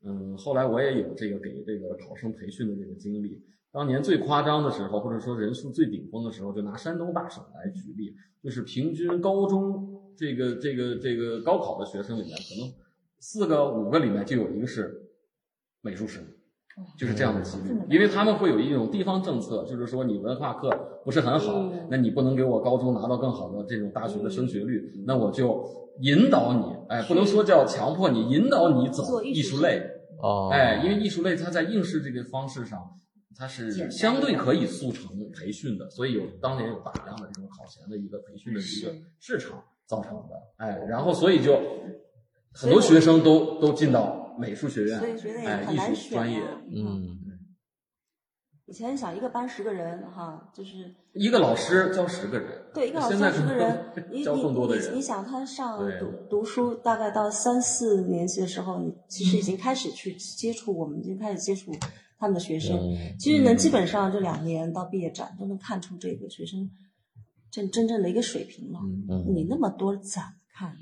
S2: 嗯，后来我也有这个给这个考生培训的这个经历。当年最夸张的时候，或者说人数最顶峰的时候，就拿山东大省来举例，就是平均高中这个这个这个高考的学生里面，可能四个五个里面就有一个是美术生。就是这样的几率，因为他们会有一种地方政策，就是说你文化课不是很好，
S4: 嗯
S2: 那你不能给我高中拿到更好的这种大学的升学率，
S4: 嗯
S2: 那我就引导你，哎，不能说叫强迫你，引导你走
S4: 做艺
S2: 艺
S4: 术
S2: 术类，
S1: 哦，
S2: 哎，因为艺术类它在应试这个方式上，它是相对可以速成培训的，所以有当年有大量的这种考前的一个培训的一个
S4: 是
S2: 市场造成的，哎，然后所以就很多学生都都进到美术学院
S4: 所以觉得也
S2: 哎
S4: 很
S2: 艺
S4: 难
S2: 术
S4: 选
S2: 专业。
S4: 啊。
S1: 嗯，
S4: 以前想一个班十个人哈，就是
S2: 一个老师教十个人，
S4: 对一个老师
S2: 现在
S4: 教十个人，
S2: [laughs]
S4: 你
S2: 教
S4: 你
S2: 更多的
S4: 你
S2: 人
S4: 你，想他上
S2: 对
S4: 读读书，大概到三四年级的时候，你其实已经开始去接触，我们已经开始接触他们的学生，
S1: 嗯
S4: 其实能基本上这两年到毕业展都能看出这个学生真真正的一个水平了。
S2: 嗯
S1: 嗯
S4: 你那么多展看，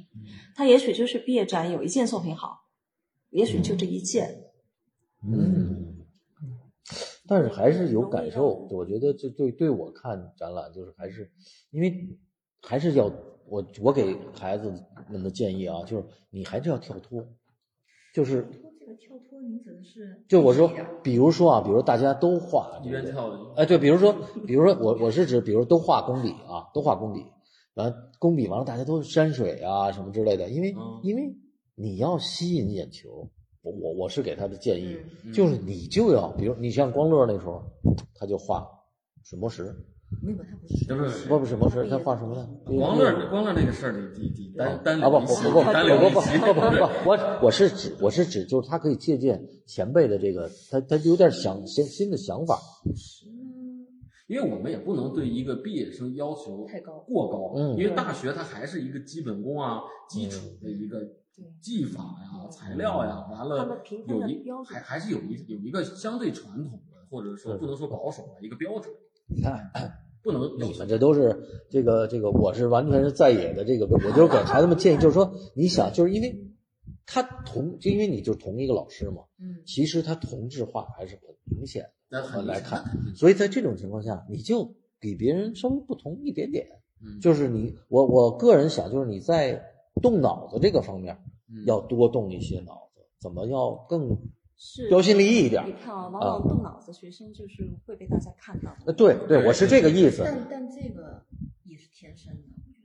S4: 他也许就是毕业展有一件作品好，也许就这一件。
S1: 嗯，但是还是有感受。我觉得这对对我看展览，就是还是因为还是要我我给孩子们的建议啊，就是你还是要跳脱，就是
S3: 跳脱这个跳脱，您指的是？
S1: 就我说，比如说啊，比如大家都画
S2: 一
S1: 这
S2: 边
S1: 个，
S2: 跳的，
S1: 哎，对，比如说，比如说我我是指，比如都画工笔啊，都画工笔，完了工笔完了，大家都山水啊什么之类的，因为、
S2: 嗯
S1: 因为你要吸引眼球，我我我是给他的建议，
S2: 嗯
S1: 就是你就要，比如你像光乐那时候，他就画水墨石，
S3: 没有，他不是。
S1: 不
S2: 不
S1: 不水墨石，他画什么呢？
S2: 光乐光乐那个事儿得得得单单
S1: 嗯啊不
S2: 聊一
S1: 不
S2: 期
S1: 不不不
S2: 单聊一
S1: 不
S2: 期，
S1: 不不不，我我是指我是指就是他可以借鉴前辈的这个，他他有点想新新的想法，
S2: [laughs] 因为我们也不能对一个毕业生要求
S3: 太高
S2: 过高，
S1: 嗯
S2: 因为大学它还是一个基本功啊，基础的一个技法呀、材料呀，
S1: 嗯
S2: 完
S4: 他们
S2: 了
S4: 评分
S2: 有
S4: 的
S2: 一
S4: 标准
S2: 还还是有一有一个相对传统的，或者说不能说保守的一个标准，
S1: 你看。
S2: 不能要
S1: 你
S2: 求
S1: 们这都是这个这个，我是完全是在野的这个，我就给孩子们建议，就是说，你想，就是因为他同，就因为你就同一个老师嘛，
S3: 嗯，
S1: 其实他同质化还是很明显
S2: 那很
S1: 的来看
S2: 那肯定，
S1: 所以在这种情况下，你就比别人稍微不同一点点，
S2: 嗯
S1: 就是你我我个人想，就是你在动脑子这个方面
S2: 嗯
S1: 要多动一些脑子，怎么要更
S4: 是
S1: 标新立异一点
S4: 你？看啊，往往动脑子学生就是会被大家看到。
S1: 呃，对对，我是这个意思。
S3: 但但这个也是天生的，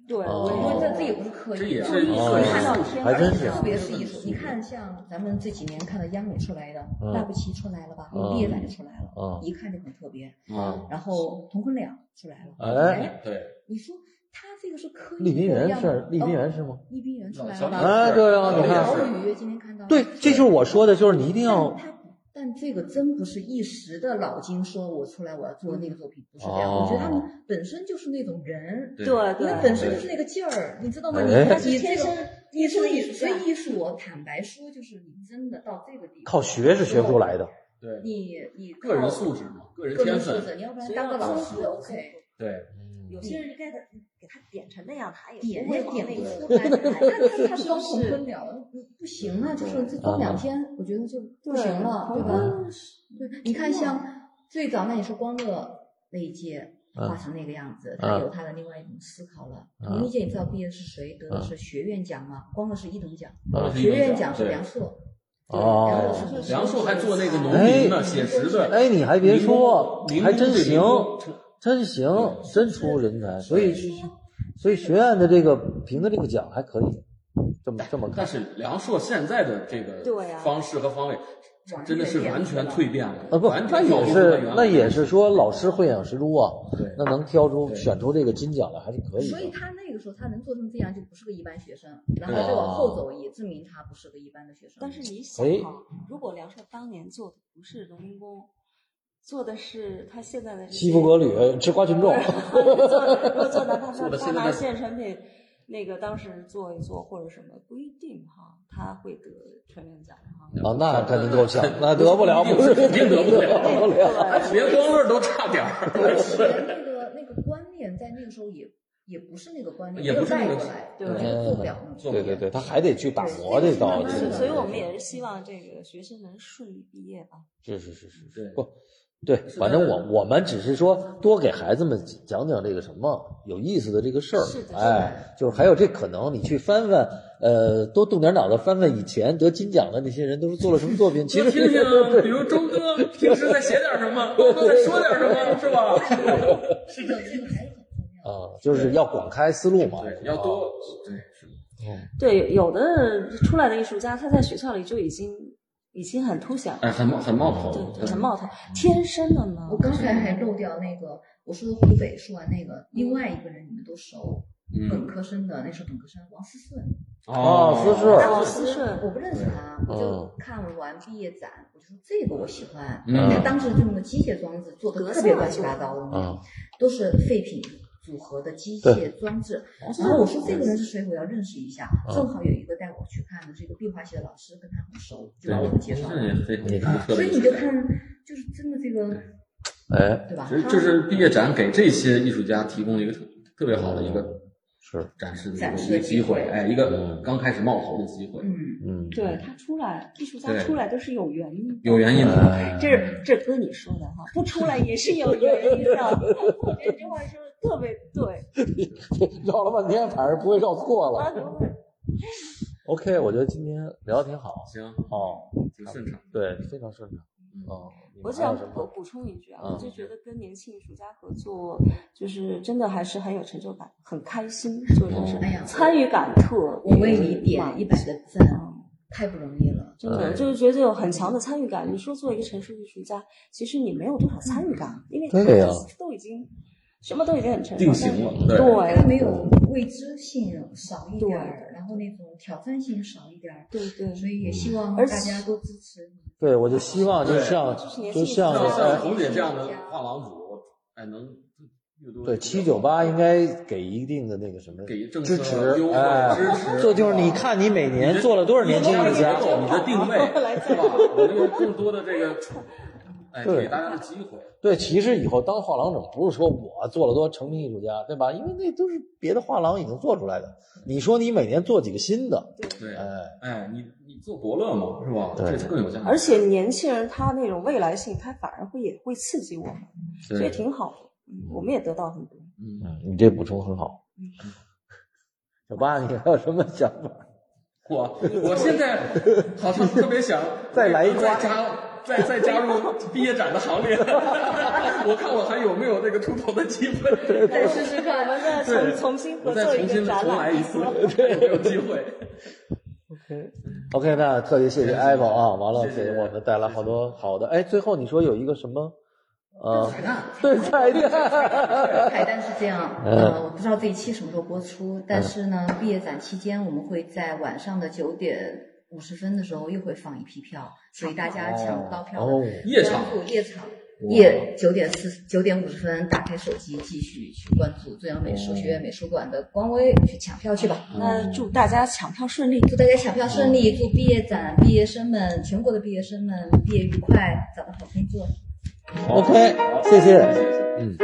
S4: 对，
S1: 哦
S4: 我
S3: 因
S4: 觉
S3: 为
S4: 得
S3: 这这也不是刻意的，
S2: 这也
S3: 就是你
S1: 哦
S3: 看到
S4: 是
S1: 还真是
S3: 特别是艺术。你看，像咱们这几年看的央美出来的，
S1: 嗯
S3: 拉布奇出来了吧，
S1: 嗯
S3: 毕业展就出来了，
S1: 嗯
S3: 一看就很特别。
S2: 啊，
S3: 然后童坤亮出来了，
S1: 哎，
S2: 对，
S3: 你说他这个是刻意
S1: 丽萍园
S3: 是
S1: 是丽萍园是吗？
S3: 丽萍园嗯出来
S2: 小
S3: 了
S2: 李
S3: 吧？
S1: 哎对啊你看
S3: 老宇今天看到
S1: 对，这就是我说的，就是你一定要
S3: 但他但这个真不是一时的脑筋，说我出来我要做那个作品，不是这样。
S1: 哦
S3: 我觉得他们本身就是那种人，
S2: 对
S4: 对
S3: 你
S4: 对，
S3: 本身就是那个劲儿，你知道吗？你
S1: 嗯哎
S3: 你这种，你所以所
S4: 所以
S3: 以艺术，我坦白说，就是你真的到这个地步，
S1: 靠学是学不出来的。
S2: 对，
S3: 你你靠
S2: 个人素质嘛，个人
S3: 个人
S2: 天
S3: 素
S2: 分，
S3: 质，你要不然当个老师，OK，
S2: 对，
S1: 嗯
S4: 有些人该给他点成那样，他也
S3: 点
S4: 不会
S3: 也
S4: 往
S3: 点不
S4: 那个
S3: 出来， [laughs] 那他他是光红分了，你不行啊，就是这光两天，我觉得就不行了，对吧？对，你看像最早那也是光乐那一届
S1: 嗯
S3: 画成那个样子，
S1: 嗯
S3: 他有他的另外一种思考了。同一届你知道毕业是谁得的是学院奖吗？光乐是一等奖，
S2: 呃
S1: 嗯
S3: 学院奖是梁硕。对
S1: 哦
S3: 梁硕是
S2: 梁硕还做那个农
S1: 哎
S2: 民呢，写实的。
S1: 哎，你还别说
S2: 民，工
S1: 还真行
S2: 民工对民工，
S1: 真行，真出人才。所以，所以学院的这个评的这个奖还可以，这么这么看
S2: 但。是梁硕现在的这
S4: 对
S2: 个
S4: 啊
S2: 方式和方位，真的是完全蜕变了。
S1: 啊不，
S2: 完
S1: 那
S2: 全走
S1: 也
S2: 出
S1: 是
S2: 了原来
S1: 那也是说老师慧眼识珠啊
S2: 对，
S1: 那能挑出
S2: 对
S1: 选出这个金奖来还是可以
S3: 所以
S1: 的。哦
S3: 他那个时候他能做成这样，就不是个一般学生。然后再往后走，也证明他不是个一般的学生。
S4: 但是你想
S1: 哎
S4: 啊，如果梁硕当年做的不是农民工，做的是他现在的这些
S1: 西服革履，呃吃瓜群
S2: [laughs]
S1: 众。
S4: [laughs]
S1: 啊
S4: 如果做南方
S2: 做
S4: 川
S2: 的
S4: 川
S2: 现在
S4: 南
S2: 的
S4: 县产品，那个当时做一做或者什么，不一定哈，他会得全面奖哈。
S1: 啊，那肯定够
S2: [laughs]
S1: 呛，那得不了，不是
S2: 肯定得不
S1: [laughs]
S2: 了
S1: 得不了。
S4: 对
S2: 连光乐都差点儿。 [laughs]
S3: 以前那个那个观念在那个时候也也不是那个观念，
S2: 也
S3: 没有
S2: 不是
S3: 带
S2: 那个
S3: 过来，
S4: 对
S3: 我觉得做不了那么
S1: 嗯
S2: 做
S1: 对对对，他还得去打磨这道
S3: 对
S1: 这
S3: 是
S1: 个
S3: 的
S4: 所以
S1: 东
S4: 我
S1: 西
S4: 们也是希望这个学生能顺利毕业吧。
S1: 是是是是
S2: 对
S1: 是，不，对，
S2: 是
S1: 反正
S2: 的
S1: 我我们只是说多给孩子们讲讲这个什么有意思的这个事儿
S4: 是的是，的
S1: 哎，就是还有这可能，你去翻翻，呃，多动点脑子翻翻以前得金奖的那些人都是做了什么作
S2: [laughs]
S1: 品，其
S2: 多
S1: 实
S2: 听
S1: [laughs]
S2: 啊听，比如周哥平时在写点什么，周哥在说点什么，是吧？
S1: [laughs]
S3: 这个这个还是很重要的。
S1: 啊，就是要广开思路嘛，
S2: 对，要多对是的，
S4: 对，有的出来的艺术家，他在学校里就已经已经很凸显了，
S2: 哎，很冒很冒头，
S4: 对，很冒头，天生的呢
S3: 我。刚才还漏掉那个，我说的湖北说完那个，另外一个人你们都熟，本
S2: 嗯，
S3: 科生的那时候本科生王思顺，
S1: 哦思顺
S4: 哦
S3: 当
S4: 思
S3: 时
S4: 顺
S3: 我不认识他，
S2: 哦
S3: 我
S1: 嗯
S3: 就看完毕业展，我就说这个我喜欢。
S2: 嗯
S3: 他当时就用了机械装置做的特别乱七八糟的，
S1: 啊，
S3: 都是废品组合的机械装置。然后我说这个人是谁，我要认识一下。
S2: 哦
S1: 嗯
S3: 正好有一个带我去看的这个壁画系的老师，跟他很熟，就
S2: 对，
S3: 把我们介绍
S2: 这也
S3: 了。
S2: 非常
S1: 你看
S2: 特
S3: 哦所
S2: 别
S3: 以你就看，就是真的这个，
S1: 哎，
S3: 对吧？
S2: 其实就是毕业展给这些艺术家提供了一个特特别好的一个
S1: 是，
S2: 展示的
S3: 展
S2: 一
S3: 示
S2: 个
S3: 的
S2: 机
S3: 机会
S2: 会，哎，一个
S1: 嗯
S2: 刚开始冒头的机会，
S3: 嗯，
S1: 嗯，
S4: 对他出来，艺术家
S2: 对
S4: 出来都是有原因的。
S2: 有原因的， [laughs]
S1: 哎，
S4: 这是这是哥你说的哈，不出来也是有原 [laughs] 因的。我觉得这话说的特别对，
S1: [laughs] 绕了半天，反正不会绕错
S2: [laughs]
S4: 啊
S1: 了。OK，我觉得今天聊得挺好，
S2: 行，
S1: 哦，
S2: 挺顺畅，
S1: 对，非常顺畅，
S2: 嗯
S1: 哦，你
S4: 我
S1: 们
S4: 只
S1: 还
S4: 想
S1: 有什
S4: 补
S1: 么？
S4: 补充一句啊，
S1: 嗯
S4: 我就觉得跟年轻艺术家合作，就是真的还是很有成就感，很开心，做这个
S2: 哦
S4: 事
S3: 哎呀，
S4: 参与感特别
S3: 我为你点
S4: 满
S3: 一百个赞，
S4: 嗯
S3: 太不容易了。
S4: 真的
S2: 哎
S1: 嗯
S4: 就是觉得有很强的参与感。你说做一个成熟艺术家，其实你没有多少参与感，因为
S1: 对呀
S4: 都已经什么都已经很成熟
S2: 定型了，对，
S3: 他
S4: 对
S3: 没有未知性少一点儿，然后那种挑战性少一点儿，
S4: 对对
S3: 所以也希望
S4: 嗯而
S3: 大
S4: 且
S3: 家都支持你。
S1: 对，我就希望就像
S4: 就是年轻
S1: 就
S4: 人
S1: 像
S2: 像
S3: 对
S2: 像红姐这样的画廊主，哎，能越多
S1: 对，七九八应该给一定的那个什么
S2: 给政策
S1: 支持
S2: 优，惠
S1: 哎，
S2: 支持
S1: 这就是你看你每年做了多少年轻艺术家，
S2: 你的定位是吧？我们有更多的这个，哎，
S1: 对
S2: 给大家的机会，
S1: 对，其实以后当画廊主不是说我做了多成名艺术家，对吧？因为那都是别的画廊已经做出来的。你说你每年做几个新的，
S2: 对，
S1: 哎，
S2: 哎，你你做伯乐嘛，是吧？
S1: 对
S2: 这是更有价值，
S4: 而且年轻人他那种未来性，他反而会也会刺激我们，所以
S2: 对，
S4: 挺好的。嗯，我们也得到很多。
S2: 嗯，
S1: 嗯，你这补充很好。小八，你还有什么想法？
S2: 我我现在好像特别想
S1: [laughs] 再来一
S2: 再加再再加入毕业展的行列， [laughs] 我看我还有没有这个出头的机会。
S4: 再试试哎看，我们再
S2: 对
S4: 重重新合
S2: 我再
S4: 作
S2: 重
S4: 一个
S2: 新
S4: 展
S2: 重来一
S4: 览。 [laughs]
S2: 次，看有没有机会。
S1: OK，那特别谢谢 Apple 啊，完了
S2: 谢谢
S1: 给我们带来好多好的。哎，最后你说有一个什么？呃，
S3: 彩蛋，
S1: 对，彩电，
S3: 彩蛋是这样，呃，我不知道这一期什么时候播出，但是呢，毕业展期间我们会在晚上的九点五十分的时候又会放一批票，所以大家抢不到票
S1: 哦
S3: 的，
S2: 夜场
S3: 关注夜场。夜九点四九点五十分，打开手机继续去关注中央美术学院美术馆的官微去抢票去吧。
S2: 啊
S4: 那祝大家抢票顺利，
S3: 祝大家抢票顺
S2: 嗯
S3: 利，祝毕业展毕业生们，全国的毕业生们毕业愉快，找到好工作。
S1: OK，谢谢。
S2: 谢谢。
S1: 嗯。